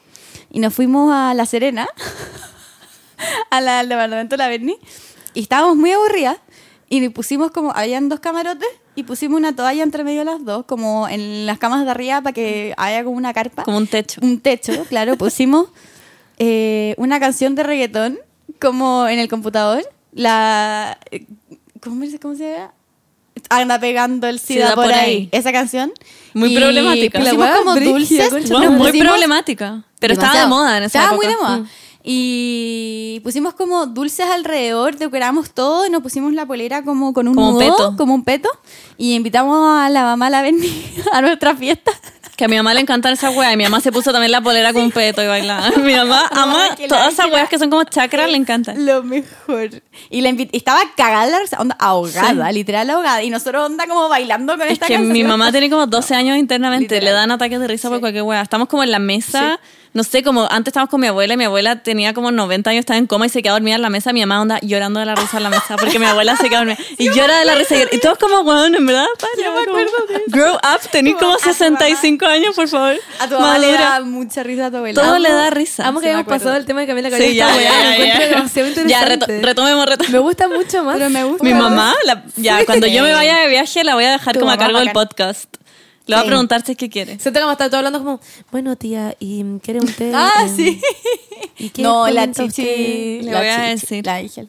S1: y nos fuimos a La Serena, a la- al departamento de la Berni, y estábamos muy aburridas y pusimos como, habían dos camarotes y pusimos una toalla entre medio de las dos, como en las camas de arriba para que haya como una carpa.
S3: Como un techo.
S1: Un techo, claro. Pusimos eh, una canción de reggaetón como en el computador. La... eh, ¿Cómo, se- cómo se llama? Anda pegando el SIDA, por, ahí. Esa canción.
S3: Muy
S1: Y
S3: problemática.
S1: Pusimos
S2: La wea
S1: como
S2: brígida,
S1: dulces.
S2: concha.
S1: nos
S3: Bueno, muy
S1: pusimos-
S3: problemática. Pero estaba de
S1: Demasiado.
S3: moda en esa
S1: Estaba
S3: época.
S1: muy de moda.
S3: Mm.
S1: Y pusimos como dulces alrededor, decoramos todo y nos pusimos la polera como con un
S3: Como un
S1: nudo,
S3: peto.
S1: como un peto. Y invitamos a la mamá a la Berni a nuestra fiesta.
S3: Que a mi mamá le encantan esas weas. Y mi mamá se puso también la polera con un peto y bailaba. Mi mamá
S1: No,
S3: ama
S1: es que la
S3: todas esas
S1: Ángela-
S3: weas que son como chakras, le encantan.
S1: Lo mejor. Y la invi- estaba cagada, la risa, onda ahogada, literal ahogada. Y nosotros onda como bailando con
S3: Es
S1: esta
S3: que
S1: canción.
S3: mi mamá tiene como 12 años internamente, le dan ataques de risa por cualquier wea. Estamos como en la mesa, no sé, como antes estábamos con mi abuela y mi abuela tenía como 90 años, estaba en coma y se quedó dormida en la mesa. Mi mamá onda llorando de la risa en la mesa porque mi abuela se quedó dormida. Y llora de la risa. Y todos como, weón, en verdad, para,
S1: Yo me
S3: como,
S1: acuerdo de eso.
S3: Grow up, tenés
S1: Tu mamá-
S3: como
S1: a tu mamá-
S3: 65 años, por favor.
S1: A tu mamá le
S3: Madura.
S1: da mucha risa a tu abuela.
S3: Todo
S1: Amo-
S3: le da risa.
S2: Amo que
S3: Sí, me
S2: hayamos
S3: acuerdo.
S2: pasado el tema de Camila Cabello.
S3: Sí, ya,
S2: Esta weá la
S3: ya, ya,
S2: encuentro
S3: ya.
S2: demasiado
S3: Ya,
S2: interesante.
S3: reto- retomemos, retomemos.
S2: Me gusta mucho más.
S1: Pero me gusta.
S3: Mi
S1: Una
S3: mamá, la- ya, cuando yo me vaya de viaje, la voy a dejar
S1: Tu
S3: como a
S1: mamá
S3: cargo del
S1: bacán.
S3: podcast. Le voy a
S1: Sí.
S3: preguntar si es que quiere.
S2: Siento que me está todo hablando como, bueno tía, ¿y mm, quiere un té?
S1: Ah,
S2: Mm,
S1: sí.
S2: ¿y qué
S1: No, la
S2: cuenta usted?"
S1: chichi.
S3: Le
S1: la
S3: voy a
S1: chichi,
S3: decir.
S1: La ángel.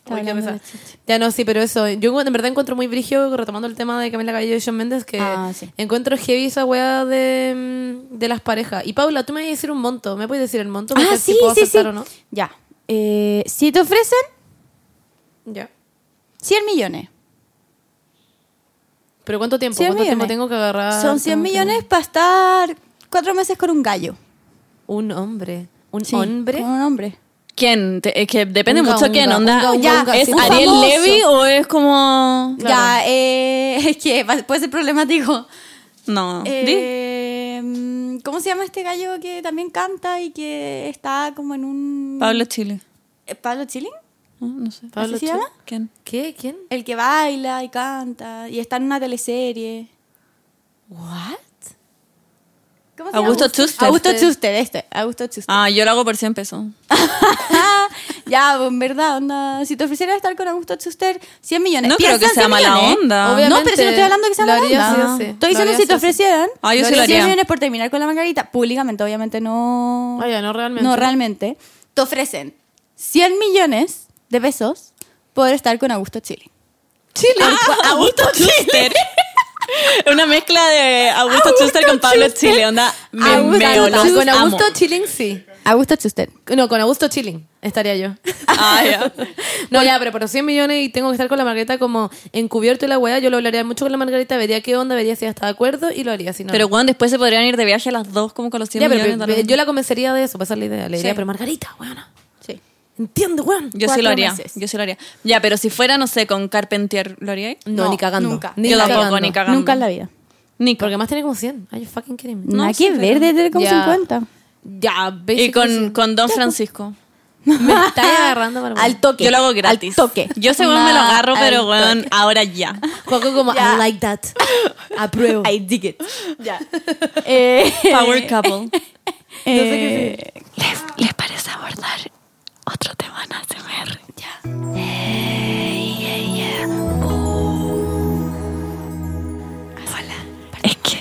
S1: Está
S2: Uy, qué
S1: hablando
S2: pesada.
S1: de la chichi.
S2: Ya no, sí, pero eso. Yo en verdad encuentro muy brigio, retomando el tema de Camila Cabello y John Méndez, que
S1: Ah, sí.
S2: encuentro heavy esa weá de, mm, de las parejas. Y Paula, tú me vas a decir un monto. ¿Me puedes decir el monto? Para
S1: Ah,
S2: ver si
S1: sí,
S2: puedo
S1: sí, sí.
S2: aceptar o no.
S1: Ya. Eh, si te ofrecen
S2: Ya.
S1: 100 millones.
S2: ¿Pero cuánto tiempo?
S1: 100
S2: ¿Cuánto tiempo
S1: millones.
S2: tengo que agarrar?
S1: Son 100
S2: Tengo que-
S1: millones para estar cuatro meses con un gallo.
S2: Un hombre. Un
S1: Sí, Ah.
S2: hombre.
S1: Con un hombre.
S3: ¿Quién? Te- Es que depende
S2: Unga,
S3: mucho
S2: unga,
S3: quién, onda.
S2: unga,
S1: unga, unga,
S3: ¿Es
S1: sí,
S3: Ariel
S1: famoso.
S3: Levy o es como.?
S1: Ya, eh, es que va- puede ser problemático.
S3: No. Di.
S1: Eh, mm, ¿Cómo se llama este gallo que también canta y que está como en un...
S3: Pablo Chile.
S1: Eh, ¿Pablo Chilling?
S3: No, no sé.
S1: ¿Así
S2: Pablo
S1: se
S2: Chile.
S1: llama?
S3: ¿Quién?
S2: ¿Qué? ¿Quién?
S1: El que baila y canta y está en una teleserie.
S2: ¿What?
S1: ¿Cómo
S3: Augusto Schuster.
S1: Augusto Schuster, este. Augusto Schuster.
S3: Ah, yo lo hago por 100 pesos.
S1: ya, pues, en verdad, onda. Si te ofreciera estar con Augusto Schuster, 100 millones.
S3: No creo
S1: Piensa
S3: que
S1: en
S3: sea
S1: 100
S3: mala
S1: millones, ¿eh?
S3: onda.
S1: No, pero si no estoy hablando que sea
S2: Lo
S1: mala
S2: haría
S1: onda.
S2: sí o sí.
S1: Estoy
S2: Lo
S1: diciendo
S2: haría
S1: si
S2: sí
S1: te
S2: o sí.
S1: ofrecieran.
S3: Ah, yo sí
S1: 100
S3: lo haría.
S1: millones por terminar con la Margarita. Públicamente, obviamente, no.
S2: Vaya, no realmente.
S1: No, realmente. Te ofrecen 100 millones de pesos por estar con Augusto Chile.
S3: Chile.
S2: Ah,
S3: Augusto Schuster. Una mezcla de Augusto, Schuster con Pablo Chile, onda. Me
S1: Augusto
S3: meo, los
S1: Schuster.
S2: con
S3: amo.
S2: Augusto Chilling sí.
S1: Augusto Schuster.
S2: No, con Augusto Chilling estaría yo.
S3: Ah, ya.
S2: No, ya, pero por 100 millones y tengo que estar con la Margarita como encubierto y la weá, yo lo hablaría mucho con la Margarita, vería qué onda, vería si ella está de acuerdo y lo haría. Si no,
S3: Pero
S2: no.
S3: bueno, después se podrían ir de viaje a las dos, como con los 100
S2: Ya, pero,
S3: millones.
S2: pero,
S3: tal vez.
S2: yo la convencería de eso, pasar la idea. Le diría,
S1: Sí.
S2: pero Margarita, weona,
S1: Sí.
S2: entiende, weón.
S3: Yo sí
S1: Cuatro
S3: lo haría.
S1: meses.
S3: Yo sí lo haría. Ya, pero si fuera, no sé, con Carpentier, ¿lo haría?
S2: No,
S1: No,
S2: ni cagando.
S1: nunca.
S2: Ni
S3: Yo tampoco,
S2: cagando.
S3: ni cagando.
S1: Nunca en la vida.
S2: Ni Porque más tiene como 100. Ay, you fucking kidding me.
S1: No,
S3: No,
S1: Nada
S3: sí,
S1: que ver,
S3: pero-
S1: desde como
S2: Ya.
S1: 50.
S2: Ya,
S3: Y
S2: basically
S3: con,
S2: sí. pues.
S3: con Don Francisco.
S2: Me estáis agarrando para
S1: Al toque.
S3: Yo lo hago gratis.
S1: Al toque.
S3: Yo según me lo
S1: Nah,
S3: agarro, pero
S1: al
S3: weón, ahora ya.
S2: Juego como,
S1: Ya.
S2: I like that. Apruebo.
S1: I dig it. Ya. Eh,
S3: Power couple.
S1: eh,
S3: ¿Les, ¿Les parece abordar otro tema en ASMR? Es que,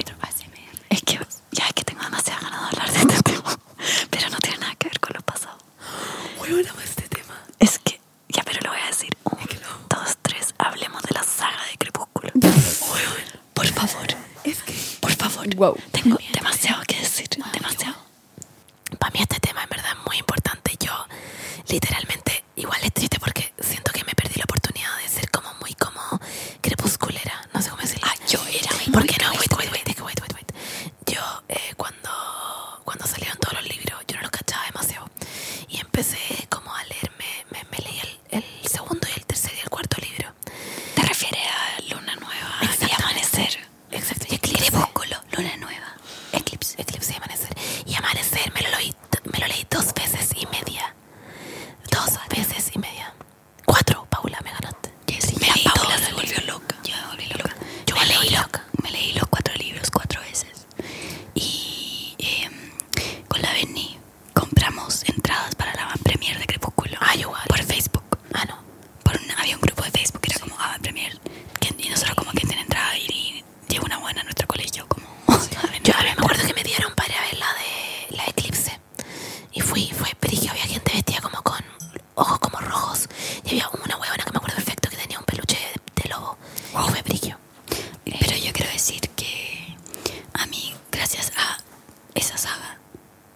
S3: es que ya es que tengo demasiada ganas de hablar de este tema, pero no tiene nada que ver con lo pasado. Muy bueno este tema. Es que, ya, pero lo voy a decir. Un, dos, tres, hablemos de la saga de Crepúsculo. Por favor. Es que, por favor.
S1: Wow.
S3: Tengo demasiado que decir, demasiado.
S2: Para mí este tema en verdad es muy importante. Yo literalmente igual es triste porque siento que me perdí la oportunidad de ser como muy como crepusculera. No sé cómo decirlo. Ah, yo era Porque no, wait, wait, wait, wait, wait, wait. Yo eh, cuando, cuando salieron todos los libros, yo no los cachaba demasiado. Y empecé como a leerme, me, me leí el, el segundo y el tercer y el cuarto libro. ¿Te refieres a Luna Nueva y Amanecer? Exacto. Y Eclipse. Luna Nueva. Eclipse. Eclipse y Amanecer. Y Amanecer me lo, leí, me lo leí dos veces y media. Dos veces y media. Cuatro, Paula, me ganaste. me leí Paula se volvió loca. Yo me volví loca. Yo me leí loca. Me leí los cuatro libros cuatro veces. Y em, con la Benny compramos entradas para la premier de Crepúsculo. Ah, yo Por Facebook. Ah, no. Por un, había un grupo de Facebook que era como Avant Premier. que- y nosotros como que tienen entrada y, y llegó una buena a nuestro colegio. como Yo a mí me acuerdo que me dieron para ver la de la Eclipse. Y fui, fue perigio. Había gente vestida como con ojos como rojos. Y había una huevona que me acuerdo perfecto que tenía un peluche de, de lobo. Y fue perigio.
S5: Pero yo quiero decir que a mí, gracias a esa saga,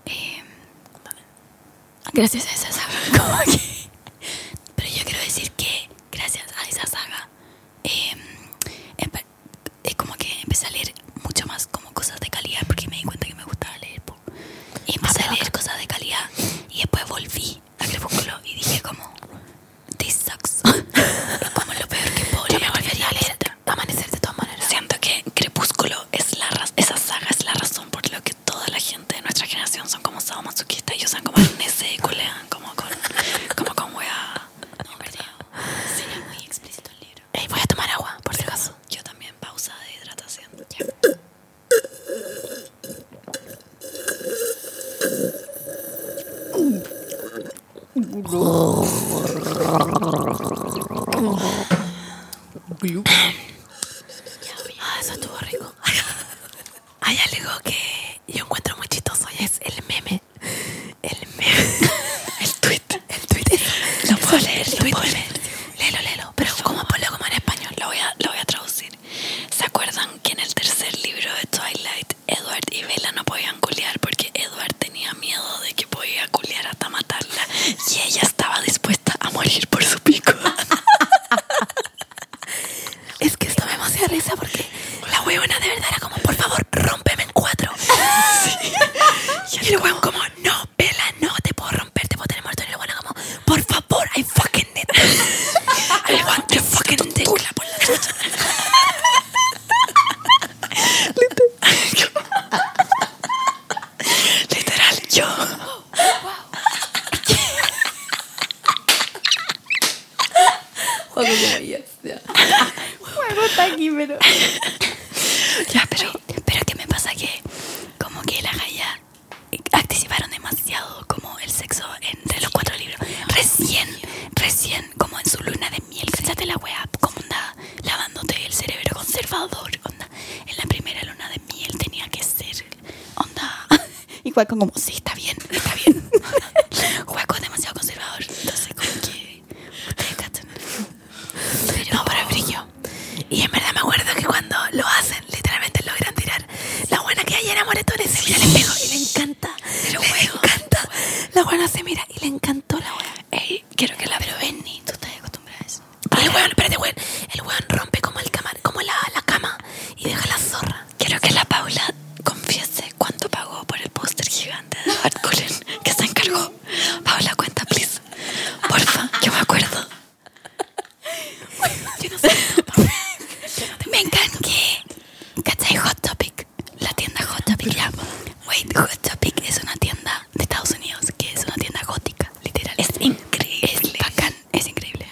S5: eh, gracias a esa saga, como que- pero yo quiero decir que gracias a esa saga, eh, empe- eh, como que empecé a leer mucho más como cosas de calidad, porque me di cuenta que me gustaba leer. po. Y empecé a leer cosas de calidad, y después volví a Crepúsculo y dije como, this sucks. Es como lo peor que puedo Yo me volvería a leer Amanecer de todas maneras. Siento que Crepúsculo es la raz- esa saga es la razón por la que toda la gente de nuestra generación son como sadomasoquistas y usan como arnese y culean como con, como con wea. No, en verdad. Sí, es muy explícito el libro. voy a tomar agua, por si acaso. Yo también, pausa de hidratación. Ya.
S2: Ah, eso estuvo rico. Hay algo que yo encuentro muy chistoso y es el meme. El meme. El tweet. El tweet. Lo puedo leer, lo puedo leer. Léelo, léelo. Pero como ponlo como en español.
S5: Lo voy, a, lo voy a traducir. ¿Se acuerdan que en el tercer libro de Twilight, Edward y Bella no podían culiar porque Edward tenía miedo de que podía culiar hasta matarla y ella estaba dispuesta a morir por su pico? es que esto me emociona risa porque la huevona de verdad era como, por favor, rómpeme en cuatro. Sí. Y el huevón como, no, Bella, no, te puedo romper, te puedo tener muerto. Y la huevona como,
S1: Juego está aquí, pero.
S5: Ya, pero, pero ¿qué me pasa? Que como que la Gaia anticiparon demasiado como el sexo entre los cuatro libros. Recién, recién, como en su luna de miel, cállate la wea, como onda, lavándote el cerebro conservador, onda. En la primera luna de miel tenía que ser, onda. Y Juaco como, sí, está bien, está bien. Juaco es demasiado conservador, entonces como que... Ustedes cachan. No, para brillo. Y en verdad me acuerdo que cuando lo hacen, literalmente logran tirar. La buena que hay en moretones se mira al espejo y le encanta. le encanta. La buena se mira y le encantó la buena. Ey, quiero que la Pero Benny, tú estás acostumbrada a eso. Pero el weón, espérate, weón. El weón rompe como, el cama, como la, la cama y deja la zorra. Quiero que la Paula confiese cuánto pagó por el póster gigante de Bart Cullen que se encargó. Paula, cuenta, please. Porfa, yo me acuerdo. Yo no sé. Me encanqué. ¿Cachai? Hot Topic. La tienda Hot Topic. Ya. Wait, Hot Topic es una tienda de Estados Unidos que es una tienda gótica, literal. Es increíble. Es bacán. Es increíble.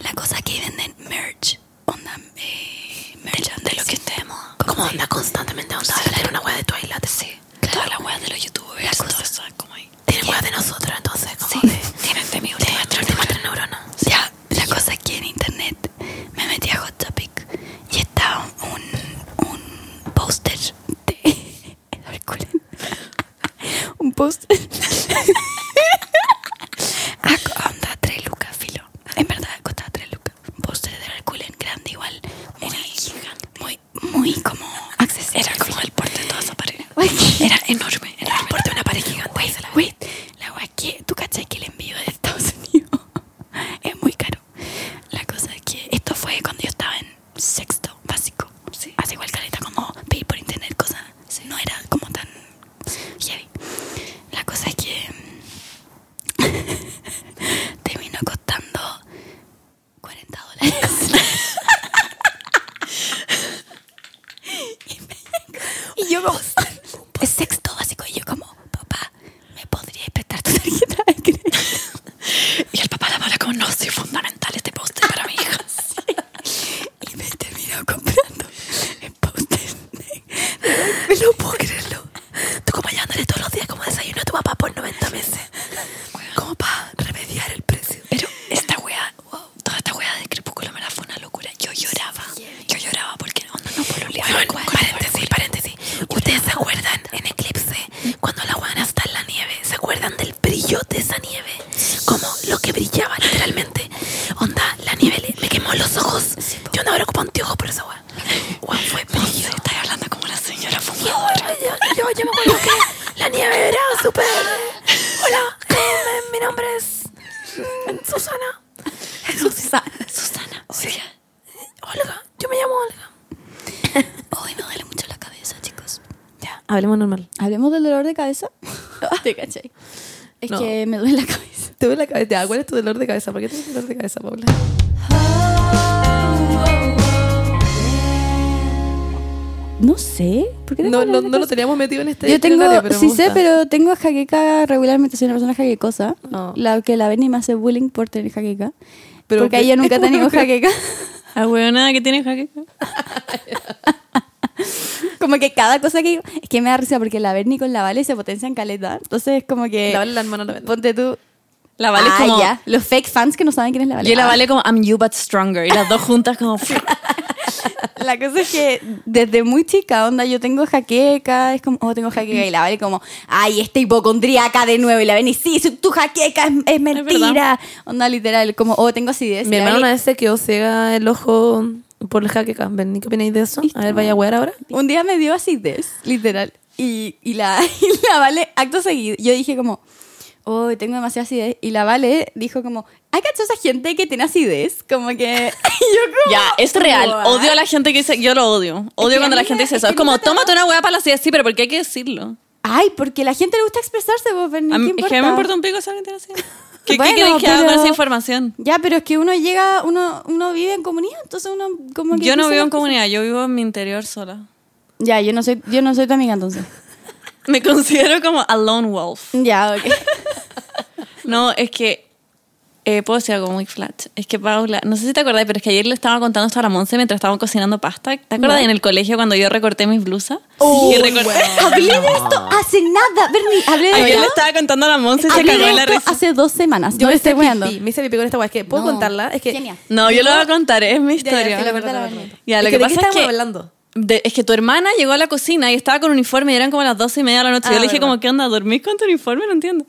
S5: La cosa que venden merch. Onda, eh, merch de, lo que estemos. Como onda constantemente. Onda, hablar una wea de Twilight, sí. Toda la wea de los youtubers. La cosa. como ahí. Tienen wea de nosotros, entonces. Como sí. tienen de mi última, neurona. Ya, la cosa es que en internet me metí a Hot Topic y estaba un, un póster de Edward Cullen. un póster. ah, onda, tres lucas, filo. En verdad, costaba tres lucas. Un póster de Edward Cullen grande igual. Muy, muy, muy como accesible. Era como el porte de toda esa pared. Era enorme, era el porte de una pared gigante. Wait, wait. La wea que, tú cachai que el envío de Estados Unidos es muy caro. La cosa es que esto fue cuando yo estaba en sexto básico. Hace igual caleta como pedí por internet cosas. No era como tan heavy. La cosa es que mm, terminó costando 40 dólares. y yo como... Es sexto básico y yo como, papá, ¿me podrías prestar tu tarjeta de crédito? Y el papá la habla como, no, soy fundamental este póster para mi hija. Y me terminó comprando el póster. Me lo puedo creerlo. Tú como hallándole todos los días como desayuno a tu papá por 90 meses. Como para remediar el precio. Pero esta wea, toda esta wea de Crepúsculo me la fue una locura. Yo lloraba. Yo lloraba porque onda no pololeaba. paréntesis, paréntesis. ¿Ustedes se acuerdan en Eclipse cuando la weana está en la nieve? ¿Se acuerdan del brillo de esa nieve? Como lo que brillaba literalmente. Onda, la nieve le- me quemó los ojos. Yo no ahora ocupo anteojos por esa wea. Weón, fue brillo. Estás hablando como la señora fumadora. Yo, yo, yo me acuerdo que la nieve era súper... Hola, eh, mi nombre es mm, Susana. Susana. Susana. Olga. Olga. Yo me llamo Olga. Hoy me duele mucho la cabeza, chicos. Ya.
S2: Hablemos normal.
S1: ¿Hablemos del dolor de cabeza? Te cachai. Es
S2: No.
S1: que me duele la cabeza.
S2: Tuve la cabeza. ya, ¿Cuál es tu dolor de cabeza? ¿Por qué tienes dolor de cabeza, Paula?
S1: No sé. ¿Por qué tengo
S2: No,
S1: dolor
S2: no,
S1: de
S2: no lo
S1: cabeza?
S2: teníamos metido en este
S1: Yo tengo,
S2: itinerario, pero
S1: sí
S2: me
S1: sé,
S2: gusta.
S1: pero tengo jaqueca regularmente, soy una persona jaquecosa.
S2: No.
S1: La que la Benny me hace bullying por tener jaqueca.
S2: Pero
S1: porque
S2: que-
S1: ella nunca ha tenido jaqueca.
S3: Ah, weón, nada que tiene jaque.
S1: como que cada cosa que es que me da risa porque la Bernie con la Vale se potencian caleta. Entonces es como que
S2: La vale la hermana, la vale.
S1: ponte tú
S3: La vale
S1: Ah,
S3: como.
S1: ya. los fake fans que no saben quién es la Vale.
S3: Yo y la
S1: Ah.
S3: vale como I'm you but stronger. Y las dos juntas como.
S1: La cosa es que desde muy chica, onda, yo tengo jaqueca, es como, oh, tengo jaqueca, y la Vale como, ay, esta hipocondríaca de nuevo, y la Benny, sí, su- tu jaqueca es, es mentira. onda, literal, como, oh, tengo acidez.
S2: Mi
S1: La
S2: hermana
S1: Vale-
S2: una vez se quedó ciega el ojo por la jaqueca. Ven, ¿qué opináis de eso? A ver, vaya a wear ahora.
S1: Un día me dio acidez, literal. Y, y la, y la Vale, acto seguido, yo dije como, oh, tengo demasiada acidez. Y la Vale dijo como, ¿hay cacho esa gente que tiene acidez? Como que... y yo como,
S3: Ya, es real.
S1: "What?".
S3: Odio a la gente que dice. Yo lo odio. Odio
S1: que,
S3: cuando la
S1: amiga,
S3: gente dice
S1: es
S3: eso.
S1: que
S3: Es como,
S1: no te-
S3: tómate una hueá para la ciudad. Sí, pero ¿por qué hay que decirlo?
S1: Ay, porque la gente le gusta expresarse, vos, Berni,
S3: A
S1: ¿qué
S3: mí, es que a mí me
S1: importa?
S3: importa un pico si alguien tiene ciudad. ¿Qué,
S1: Bueno,
S3: ¿qué queréis que haga con
S1: pero-
S3: esa información?
S1: Ya, pero es que uno llega, uno, uno vive en comunidad, entonces uno como que...
S3: Yo no
S1: dice
S3: vivo en
S1: las cosas.
S3: comunidad, yo vivo en mi interior sola.
S1: Ya, yo no soy, yo no soy tu amiga entonces.
S3: Me considero como a lone wolf.
S1: Ya, ok.
S3: No, es que Eh, Puedo decir algo muy flat. Es que Paula, no sé si te acordás, pero es que ayer le estaba contando esto a la Monse mientras estábamos cocinando pasta. ¿Te acuerdas en el colegio cuando yo recorté mis blusas? y recorté.
S1: Oh, Hablé de esto hace nada, Bernie. Hablé de
S3: Ayer le
S1: esto.
S3: estaba contando a la Monse y se
S1: hablé
S3: cagó
S1: de
S3: en la
S1: esto
S3: risa.
S1: hace dos semanas. Yo no estoy weando.
S2: pipí, me hice pipí con esta guay. Es que, ¿puedo
S1: No.
S2: contarla? Es que...
S1: Genia.
S3: No, yo lo voy a contar, es mi
S2: Ya, ya,
S3: historia.
S2: sí, la
S1: verdad,
S2: verdad,
S1: la
S2: la verdad.
S3: Ya, lo
S2: Es
S3: que
S2: ¿de
S3: pasa
S2: qué
S3: es
S2: estábamos
S3: que-
S2: hablando?
S3: De- es que tu hermana llegó a la cocina y estaba con uniforme y eran como las doce y media de la noche.
S2: Ah,
S3: yo le dije,
S2: verdad.
S3: como, ¿qué onda? ¿Dormís con tu uniforme? No entiendo.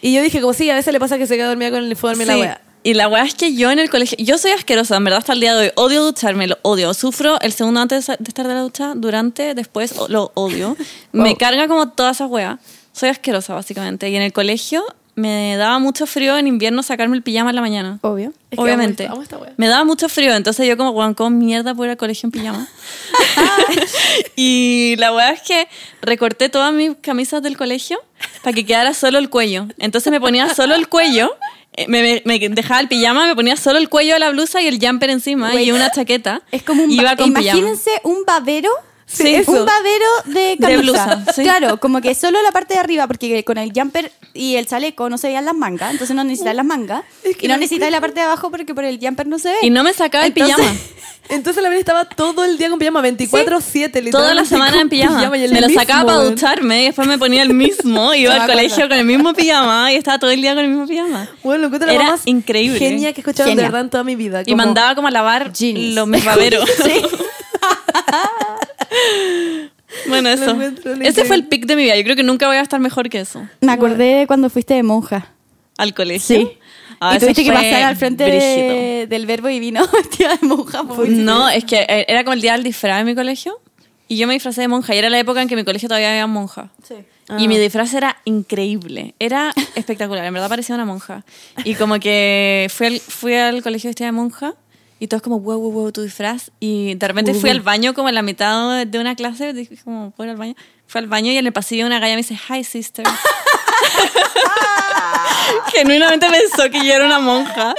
S2: Y yo dije, como sí, a veces le pasa que se queda dormida con el uniforme y la
S3: Sí.
S2: wea.
S3: Y la weá es que yo en el colegio, yo soy asquerosa, en verdad hasta el día de hoy, odio ducharme, lo odio, sufro el segundo antes de sa- de estar de la ducha, durante, después o- lo odio, me carga como todas esas weas, soy asquerosa básicamente, y en el colegio me daba mucho frío en invierno sacarme el pijama en la mañana.
S1: Obvio.
S2: que amo
S3: Obviamente.
S2: esta- amo esta wea.
S3: me daba mucho frío, entonces yo como, weón, ¿cómo mierda por ir al colegio en pijama? y la weá es que recorté todas mis camisas del colegio para que quedara solo el cuello. Entonces me ponía solo el cuello, eh, me, me- me dejaba el pijama, me ponía solo el cuello de la blusa y el jumper encima
S1: Wait.
S3: y una chaqueta.
S1: Es como un
S3: Y iba
S1: ba-
S3: con
S1: imagínense un babero.
S2: Sí, eso.
S1: un babero de camisa.
S3: blusa, sí.
S1: Claro, como que solo la parte de arriba, porque con el jumper y el chaleco no se veían las mangas, entonces no necesitas las mangas. y no necesitas la parte de abajo porque por el jumper no se ve.
S3: pijama. Y no me sacaba el
S1: Entonces-
S3: pijama.
S2: Entonces la verdad estaba todo el día con pijama, 24-7, literalmente.
S3: Toda la semana
S2: con
S3: en pijama.
S2: y el
S3: me lo
S2: mismo,
S3: sacaba para
S2: weón.
S3: ducharme y después me ponía el mismo. Iba
S1: No me
S3: al
S1: acuerdo.
S3: colegio con el mismo pijama y estaba todo el día con el mismo pijama.
S2: Bueno, lo encuentro la
S3: Era
S2: más
S3: increíble.
S2: genia que he escuchado de
S1: Genia.
S2: verdad en toda mi vida.
S3: Y
S2: como-
S3: mandaba como a lavar
S1: Jeans.
S3: los mis baberos. bueno,
S2: Lo
S3: eso.
S2: encuentro lo
S3: Ese fue el
S2: increíble.
S3: pic de mi vida. Yo creo que nunca voy a estar mejor que eso.
S1: Me acordé de cuando fuiste de monja.
S3: Al colegio.
S1: Sí.
S3: Ah,
S1: y
S3: eso
S1: tuviste que
S3: fue
S1: pasar al frente
S3: brígido.
S1: de- del verbo divino vestida de monja. pues.
S3: No, es que eh, era como el día del disfraz en mi colegio. Y yo me disfracé de monja. Y era la época en que en mi colegio todavía había monja. Y mi disfraz era increíble. Era espectacular. En verdad parecía una monja. Y como que fui al, fui al colegio vestida de monja. Y todos como, wow, wow, wow, tu disfraz. Y de repente fui al baño como en la mitad de una clase. Dije como, ¿puedo ir al baño? Fui al baño y en el pasillo una galla me dice, hi, sister. Genuinamente pensó que yo era una monja.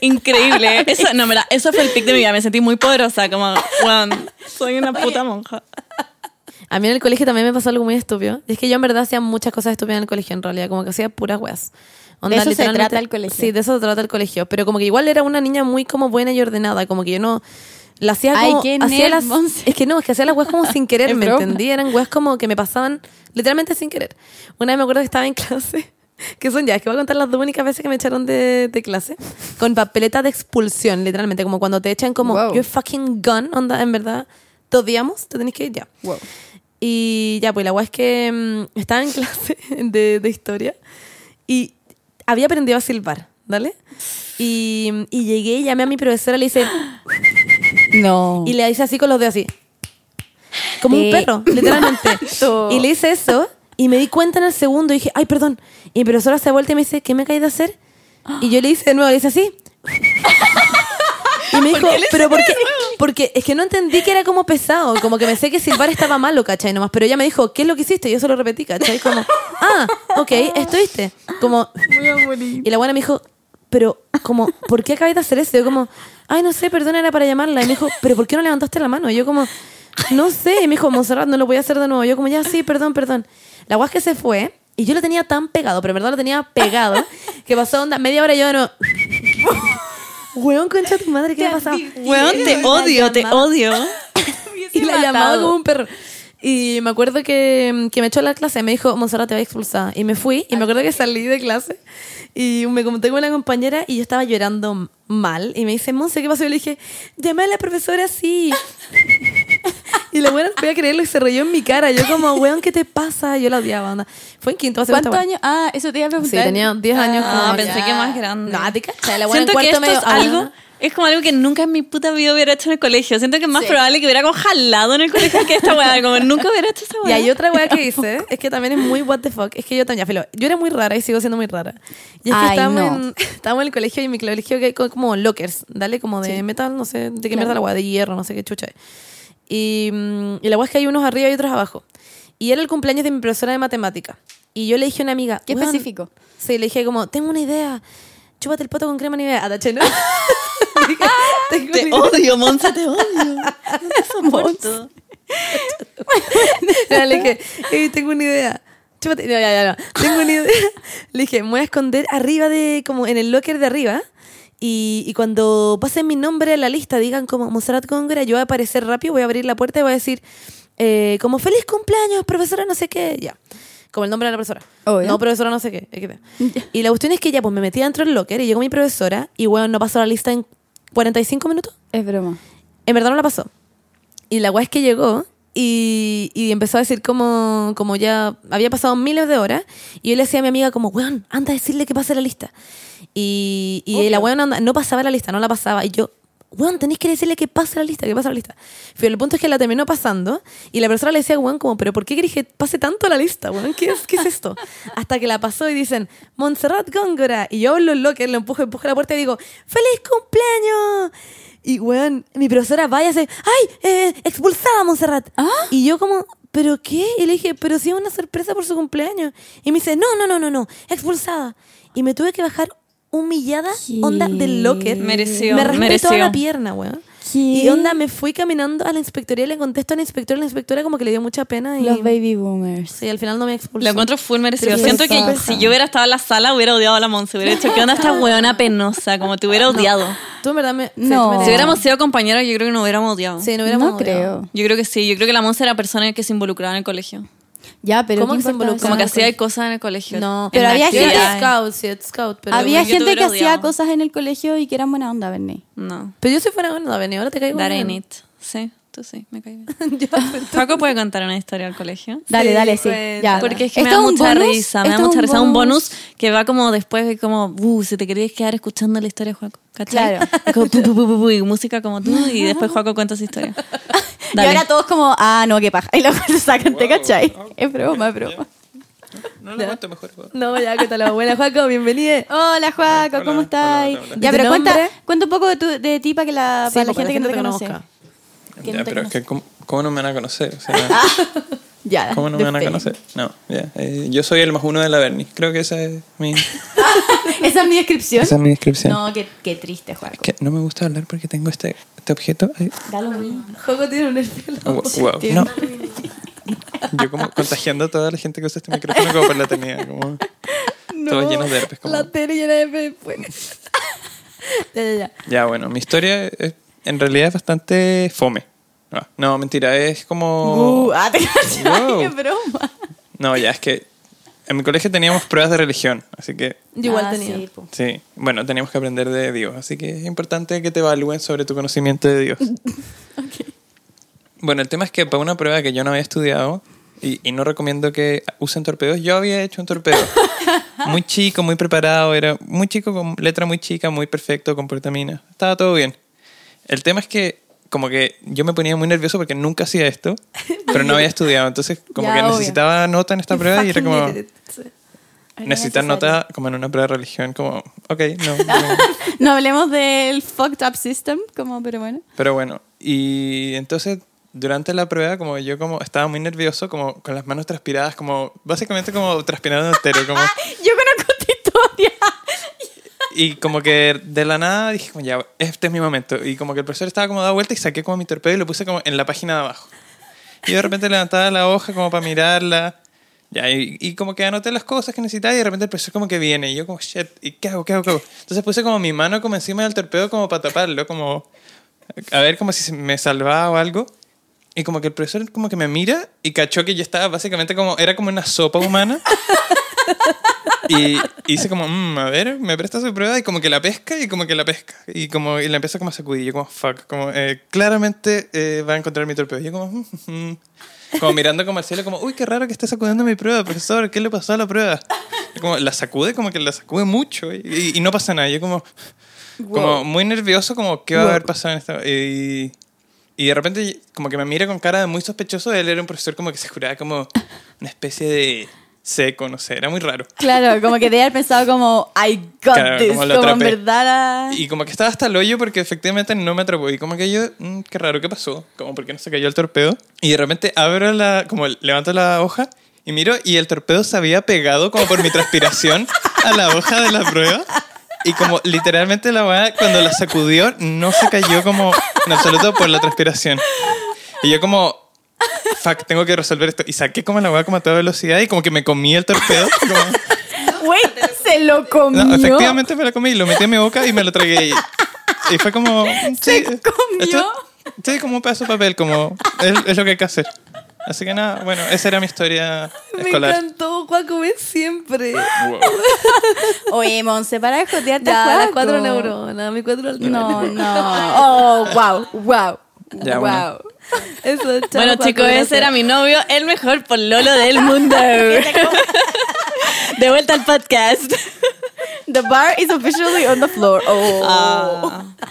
S3: Increíble. Eso, no, mira, eso fue el pic de mi vida. Me sentí muy poderosa, como, wow, soy una puta monja.
S2: A mí en el colegio también me pasó algo muy estúpido. Y es que yo en verdad hacía muchas cosas estúpidas en el colegio, en realidad. Como que hacía puras weas.
S1: De eso se
S2: literalmente-
S1: trata el colegio.
S2: Sí, de eso se trata el colegio. Pero como que igual era una niña muy como buena y ordenada. Como que yo no... La hacía
S1: Ay,
S2: como...
S1: qué
S2: hacía
S1: nerd,
S2: las,
S1: Monse.
S2: es que no, es que hacía las weas como sin querer,
S1: Es
S2: ¿me
S1: broma.
S2: entendí? Eran weas como que me pasaban literalmente sin querer. Una vez me acuerdo que estaba en clase... Que son ya, es que voy a contar las dos únicas veces que me echaron de, de clase. Con papeleta de expulsión, literalmente. Como cuando te echan como,
S1: Wow.
S2: you're fucking gone, onda, en verdad. Te odiamos, te tenés que ir ya.
S1: Wow.
S2: Y ya, pues la guay es que mm, estaba en clase de, de historia y había aprendido a silbar, ¿vale? Y, mm, y llegué y llamé a mi profesora y le hice,
S1: No.
S2: y le hice así con los dedos, así. Como un
S1: Eh,
S2: perro, literalmente.
S1: exacto.
S2: y le hice eso y me di cuenta en el segundo y dije, ay, perdón. Y mi profesora se vuelta y me dice, ¿qué me acabas de hacer? Y yo le hice de nuevo, le hice así. Y me dijo, pero ¿por qué? Porque es que no entendí que era como pesado, como que pensé que silbar estaba malo, ¿cachai? Nomás, pero ella me dijo, ¿qué es lo que hiciste? Y yo se lo repetí, ¿cachai? Como, ah, ok, estuviste. Como, y la buena me dijo, pero como, ¿por qué acabas de hacer eso? Y yo como, ay, no sé, perdón, era para llamarla. Y me dijo, pero ¿por qué no levantaste la mano? Y yo como, no sé. Y me dijo, Monserrat, no lo voy a hacer de nuevo. Y yo como, ya, sí, perdón, perdón. La guas que se fue, y yo lo tenía tan pegado, pero en verdad lo tenía pegado, que pasó onda media hora y yo no... Weón, concha de tu madre, ¿qué me ha pasado?
S3: Weón, te odio, te odio.
S2: y la llamaba como un perro. Y me acuerdo que, que me echó a la clase, me dijo, Monserrat te va a expulsar. Y me fui, y me acuerdo que salí de clase, y me conté con una compañera, y yo estaba llorando m- mal, y me dice, Monse, ¿qué pasó? Y le dije, llamé a la profesora así. y la buena no podía creerlo, y se reyó en mi cara. Yo como, weón, ¿qué te pasa? Yo la odiaba, onda. Fue en quinto, hace
S1: ¿Cuántos años? Ah, eso te iba a
S2: Sí,
S1: preguntar.
S2: tenía 10 años.
S3: Ah,
S2: como-
S3: pensé que más grande.
S2: No, te cachai, la buena en
S3: Siento
S2: cuarto
S3: que esto
S2: medio-
S3: es
S2: ah,
S3: algo... Es como algo que nunca en mi puta vida hubiera hecho en el colegio. Siento que es más probable que hubiera como jalado en el colegio que esta weá. Como nunca hubiera hecho esta
S2: Y
S3: weá.
S2: hay otra weá que hice, es que también es muy what the fuck. Es que yo también, ya, filo, yo era muy rara y sigo siendo muy rara. Y es que
S1: Ay,
S2: estábamos,
S1: no.
S2: en, estábamos en el colegio y en mi colegio que hay co- como lockers, dale, como de metal, no sé, de qué mierda la weá, de hierro, no sé qué chucha. es. Y, mm, y la weá es que hay unos arriba y otros abajo. Y era el cumpleaños de mi profesora de matemática. Y yo le dije a una amiga.
S1: Qué
S2: "Weón",
S1: específico.
S2: Sí, le dije como, tengo una idea. Chúpate el poto con crema ni idea. Ataché, ¿no? Dije,
S1: Ah,
S2: "Tengo una
S3: Te
S2: idea".
S3: odio, Monza, te odio.
S2: Dale, que "Ey, tengo una idea. Chúpate. No, ya, ya, no. Tengo una idea. Le dije, me voy a esconder arriba de, como en el locker de arriba. Y, y cuando pasen mi nombre a la lista, digan como Monserrat Góngora, yo voy a aparecer rápido, voy a abrir la puerta y voy a decir, eh, como feliz cumpleaños, profesora, no sé qué, ya. Como el nombre de la profesora.
S1: Obvio.
S2: No, profesora, no sé qué. XD. Y la cuestión es que ya, pues me metí dentro del locker y llegó mi profesora y, bueno, no pasó la lista en 45 minutos.
S1: Es broma.
S2: En verdad no la pasó. Y la guay es que llegó y, y empezó a decir como, como ya había pasado miles de horas. Y yo le decía a mi amiga como, weón, anda a decirle que pase la lista. Y, y la weón anda- no pasaba la lista, no la pasaba. Y yo, weón, tenéis que decirle que pase la lista, que pase la lista. Pero el punto es que la terminó pasando y la persona le decía, weón, como, pero ¿por qué querés que pase tanto la lista, weón? ¿Qué es, qué es esto? Hasta que la pasó y dicen, Montserrat Góngora. Y yo hablo locker, lo empujo, empujo a la puerta y digo, ¡Feliz cumpleaños! Y, weón, mi profesora vaya se ¡ay! Eh, expulsada a Montserrat. Y yo como, ¿pero qué? Y le dije, pero si es una sorpresa por su cumpleaños. Y me dice, no, no, no, no, no, expulsada. Y me tuve que bajar humillada, onda del locker.
S3: Mereció,
S2: Me raspé
S3: mereció.
S2: toda la pierna, weón. Y onda, me fui caminando a la inspectoría, le contesto a la inspectora, la inspectora como que le dio mucha pena y...
S1: Los baby boomers.
S2: Sí, al final no me expulsó.
S3: Lo encuentro full merecido.
S2: Pero
S3: Siento
S2: sí,
S3: que
S2: pasa.
S3: si yo hubiera estado en la sala, hubiera odiado a la Monse. Hubiera dicho, ¿qué onda esta weona penosa? Como te hubiera odiado.
S2: Tú en verdad me... sí,
S1: No.
S2: tú me-
S3: Si hubiéramos sido compañeros, yo creo que nos hubiéramos odiado.
S2: Sí, no hubiéramos
S1: No
S2: odiado.
S1: creo.
S3: Yo creo que sí. Yo creo que la Monse era la persona que se involucraba en el colegio.
S1: Ya, pero
S2: ¿Cómo
S1: ¿qué
S2: que se
S1: importa?
S2: involucra?
S3: Como que
S2: Ah,
S3: hacía
S2: colegio.
S3: cosas en el colegio.
S2: No,
S1: Pero
S3: En
S1: había
S2: Yo era
S1: gente-
S3: actividades.
S2: scout, sí, scout, pero...
S1: Había
S3: yo te
S1: gente que
S3: hubiera
S1: hacía
S3: odiado.
S1: cosas en el colegio y que eran buena onda, Bernie.
S3: No.
S2: Pero yo si fuera bueno, la venía, ahora te caigo
S3: That
S2: bien.
S3: ain't it. Sí, tú sí, me caí bien. Paco puede contar una historia del colegio.
S1: Dale,
S2: Sí,
S1: dale, sí.
S2: cuenta.
S1: Ya.
S3: Porque es que me
S1: ¿Esto
S3: da
S1: un
S3: mucha
S1: bonus?
S3: risa, me da
S1: ¿Esto es
S3: mucha risa. Un bonus que va como después, de como, uh, si te querías quedar escuchando la historia de Juaco. ¿Cachai?
S1: Claro.
S3: Es como, pu, pu, pu, pu, pu, y música como tú, y después Juaco cuenta su historia.
S1: Y
S3: Dale.
S1: ahora todos como, ah, no, qué paja. Y luego lo sacan, ¿te cachai? Es broma, es broma.
S4: No lo cuento mejor. po.
S2: No, ya, ¿qué tal? Abuela Juaco, bienvenida.
S3: Oh,
S1: Hola, Juaco,
S4: Hola,
S1: ¿cómo
S4: hola,
S1: estás?
S4: hola, hola.
S1: Ya,
S2: ¿Y tu
S1: pero cuenta,
S2: nombre?
S1: cuenta un poco de, tu, de ti para, que la,
S2: Ah,
S1: para la gente que no te conoce. Que no
S4: Ya,
S1: te
S4: pero es
S1: conoce.
S4: que, ¿cómo, cómo no me van a conocer? O sea,
S1: Ya,
S4: ¿Cómo no me van a
S1: de fe.
S4: conocer? No, ya. eh, yo soy el más uno de la Bernie. Creo que esa es mi,
S1: ¿Esa es mi descripción?
S4: esa es mi descripción.
S1: No, qué, qué triste, Juaco.
S4: Que no me gusta hablar porque tengo este, este objeto. ahí.
S1: Da lo mismo.
S2: Juaco tiene un nervio.
S4: Wow, wow, no. Yo como contagiando a toda la gente que usa este micrófono como por la tenía. Como, Todos llenos de herpes. Como,
S2: La tele llena de herpes. pues. ya, ya, ya.
S4: Ya, bueno, mi historia es- en realidad es bastante fome. No, no, mentira, es como...
S1: Uh, ah, te cachai,
S4: Wow.
S1: qué broma.
S4: No, ya, es que en mi colegio teníamos pruebas de religión, así que...
S2: Yo igual
S1: Ah,
S2: tenía.
S1: sí, po.
S4: Sí, bueno, teníamos que aprender de Dios, así que es importante que te evalúen sobre tu conocimiento de Dios. Bueno, el tema es que para una prueba que yo no había estudiado, y, y no recomiendo que usen torpedos, yo había hecho un torpedo. muy chico, muy preparado, era muy chico, con letra muy chica, muy perfecto, con portamina. Estaba todo bien. El tema es que como que yo me ponía muy nervioso porque nunca hacía esto, pero no había estudiado, entonces como
S1: Ya,
S4: que
S1: obvio.
S4: necesitaba nota en esta prueba y era
S2: Fucking
S4: como...
S2: hated it. Sí.
S4: Necesitar nota como en una prueba de religión, como, ok, no. no.
S1: No hablemos del fucked up system, como, pero bueno.
S4: Pero bueno, y entonces durante la prueba, como yo como estaba muy nervioso, como con las manos transpiradas, como básicamente como transpirando entero, como,
S1: Yo conozco tu historia.
S4: y como que de la nada dije, como ya, este es mi momento. Y como que el profesor estaba como dado vuelta y saqué como mi torpedo y lo puse como en la página de abajo. Y de repente levantaba la hoja como para mirarla. Ya, y, y como que anoté las cosas que necesitaba y de repente el profesor como que viene y yo como, shit, ¿y qué hago, qué hago, qué hago? Entonces puse como mi mano como encima del torpedo como para taparlo, como a ver como si se me salvaba o algo. Y como que el profesor como que me mira y cachó que yo estaba básicamente como, era como una sopa humana. Y hice como, "Mm, a ver, me presta su prueba y como que la pesca y como que la pesca. Y como y la empieza como a sacudir. Yo como, fuck, como, eh, claramente eh, va a encontrar mi torpedo. Yo como, "Mm, mm, mm". como mirando como al cielo, como, uy, qué raro que esté sacudiendo mi prueba, profesor, ¿qué le pasó a la prueba? Como, la sacude, como que la sacude mucho y, y- y no pasa nada. Yo como, como muy nervioso, como, ¿qué va a haber pasado en esta... Y, y de repente como que me mira con cara de muy sospechoso. Él era un profesor como que se juraba como una especie de seco, no sé, era muy raro.
S1: Claro, como que de haber pensado como, I got
S4: Claro,
S1: this.
S4: como
S1: Como,
S4: lo
S1: en
S4: atrapé.
S1: verdad. ah.
S4: Y como que estaba hasta el hoyo porque efectivamente no me atrapó. Y como que yo, "Mm, qué raro, ¿qué pasó? Como, ¿por qué no se cayó el torpedo? Y de repente abro la, como levanto la hoja y miro y el torpedo se había pegado como por mi transpiración a la hoja de la prueba. Y como literalmente la weá, cuando la sacudió, no se cayó como en absoluto por la transpiración. Y yo como, fuck, tengo que resolver esto. Y saqué como la weá como a toda velocidad y como que me comí el torpedo. como-
S1: Güey, se lo comió.
S4: no, efectivamente me lo comí, lo metí en mi boca y me lo tragué. Y, y fue como...
S1: ¿Se
S4: sí,
S1: comió?
S4: esto- sí, como un pedazo de papel, como es, es lo que hay que hacer. Así que nada, bueno, esa era mi historia
S2: Me
S4: escolar.
S2: encantó, Cuaco, Oh, ven siempre.
S4: Wow.
S1: Oye, Monse, para de jotearte
S2: Ya,
S1: a
S2: las
S1: Juaco.
S2: cuatro neuronas, mi cuatro
S1: No,
S2: neuronas.
S1: no. Oh, wow, wow.
S4: Ya,
S1: wow.
S4: bueno.
S2: Eso, chao,
S3: Bueno,
S2: Juaco,
S3: chicos,
S2: gracias.
S3: ese era mi novio, el mejor pololo del mundo. De vuelta al podcast.
S1: The bar is officially on the floor. Oh.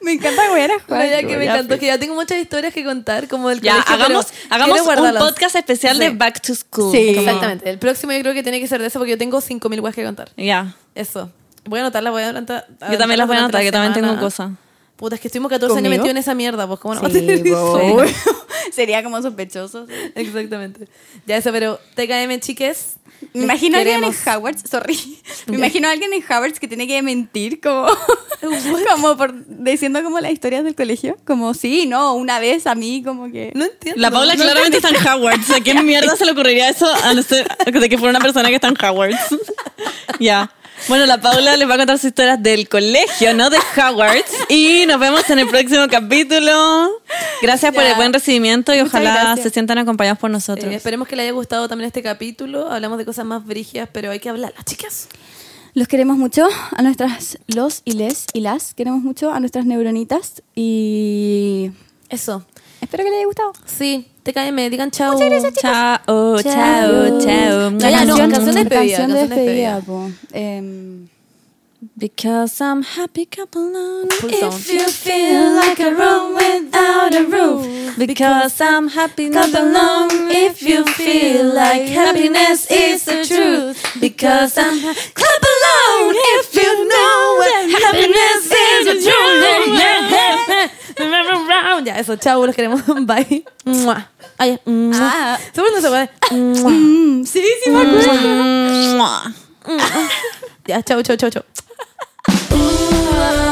S1: Me encanta güey, era
S2: Bueno, ya
S1: Juaco.
S2: que me encantó, que ya tengo muchas historias que contar, como del
S3: Ya,
S2: colegio, pero
S3: hagamos,
S2: quiero
S3: hagamos un
S2: guardarlas.
S3: podcast especial de
S2: Sí.
S3: Back to School.
S1: Sí.
S3: Como-
S2: Exactamente. El próximo yo creo que tiene que ser de eso porque yo tengo 5.000 weas que contar.
S3: Ya.
S2: Eso. Voy a anotarlas, voy a anotar.
S3: Yo también las voy a
S2: durante
S3: anotar,
S2: la
S3: que también tengo
S2: semana.
S3: cosas.
S2: Puta, es que estuvimos 14 años
S1: ¿Conmigo?
S2: metidos en esa mierda, pues cómo no va a tener
S1: Sí,
S2: eso?
S1: bo. Sería como sospechoso.
S2: Exactamente. Ya eso, pero TKM, chiques.
S1: Me imagino a alguien en
S2: queremos.
S1: Howard's, sorry. Me imagino a alguien en Howard's que tiene que mentir como, como por, diciendo como las historias del colegio. Como, sí, no, una vez a mí como que...
S2: No entiendo.
S3: La Paula claramente está en Howard. ¿A quién mierda se le ocurriría eso a no ser de que fuera una persona que está en Howard? Ya. Bueno, la Paula les va a contar sus historias del colegio, no de Howard. Y nos vemos en el próximo capítulo. Gracias por
S1: Ya.
S3: el buen recibimiento y
S1: Muchas
S3: ojalá
S1: gracias.
S3: se sientan acompañados por
S2: Eh,
S3: nosotros.
S2: esperemos que les haya gustado también este capítulo. Hablamos de cosas más brígidas, pero hay que hablarlas, chicas.
S1: Los queremos mucho a nuestras los y les y las. Queremos mucho a nuestras neuronitas y
S2: Eso.
S1: espero que les haya gustado.
S2: Sí, TKM, digan chao.
S1: Muchas gracias, chicas.
S3: Chao, chao, chao.
S2: Ya, ya, no, canción de despedida,
S1: Canción de
S2: canción de
S1: despedida, po. Em,
S3: Because I'm happy couple on
S2: Full sound.
S3: If you feel like a room without a roof Because I'm happy not alone If you feel like happiness is the truth Because I'm ha- clap along If you know what happiness is the truth
S2: Ah, Ya, eso, chao, los queremos. Bye. Mua. Ay, mua.
S1: ah,
S2: Seguro no se puede. Mua.
S1: mm, sí, sí, me acuerdo.
S3: Mua.
S2: Ya, chao, chao, chao, chao.
S3: Ooh,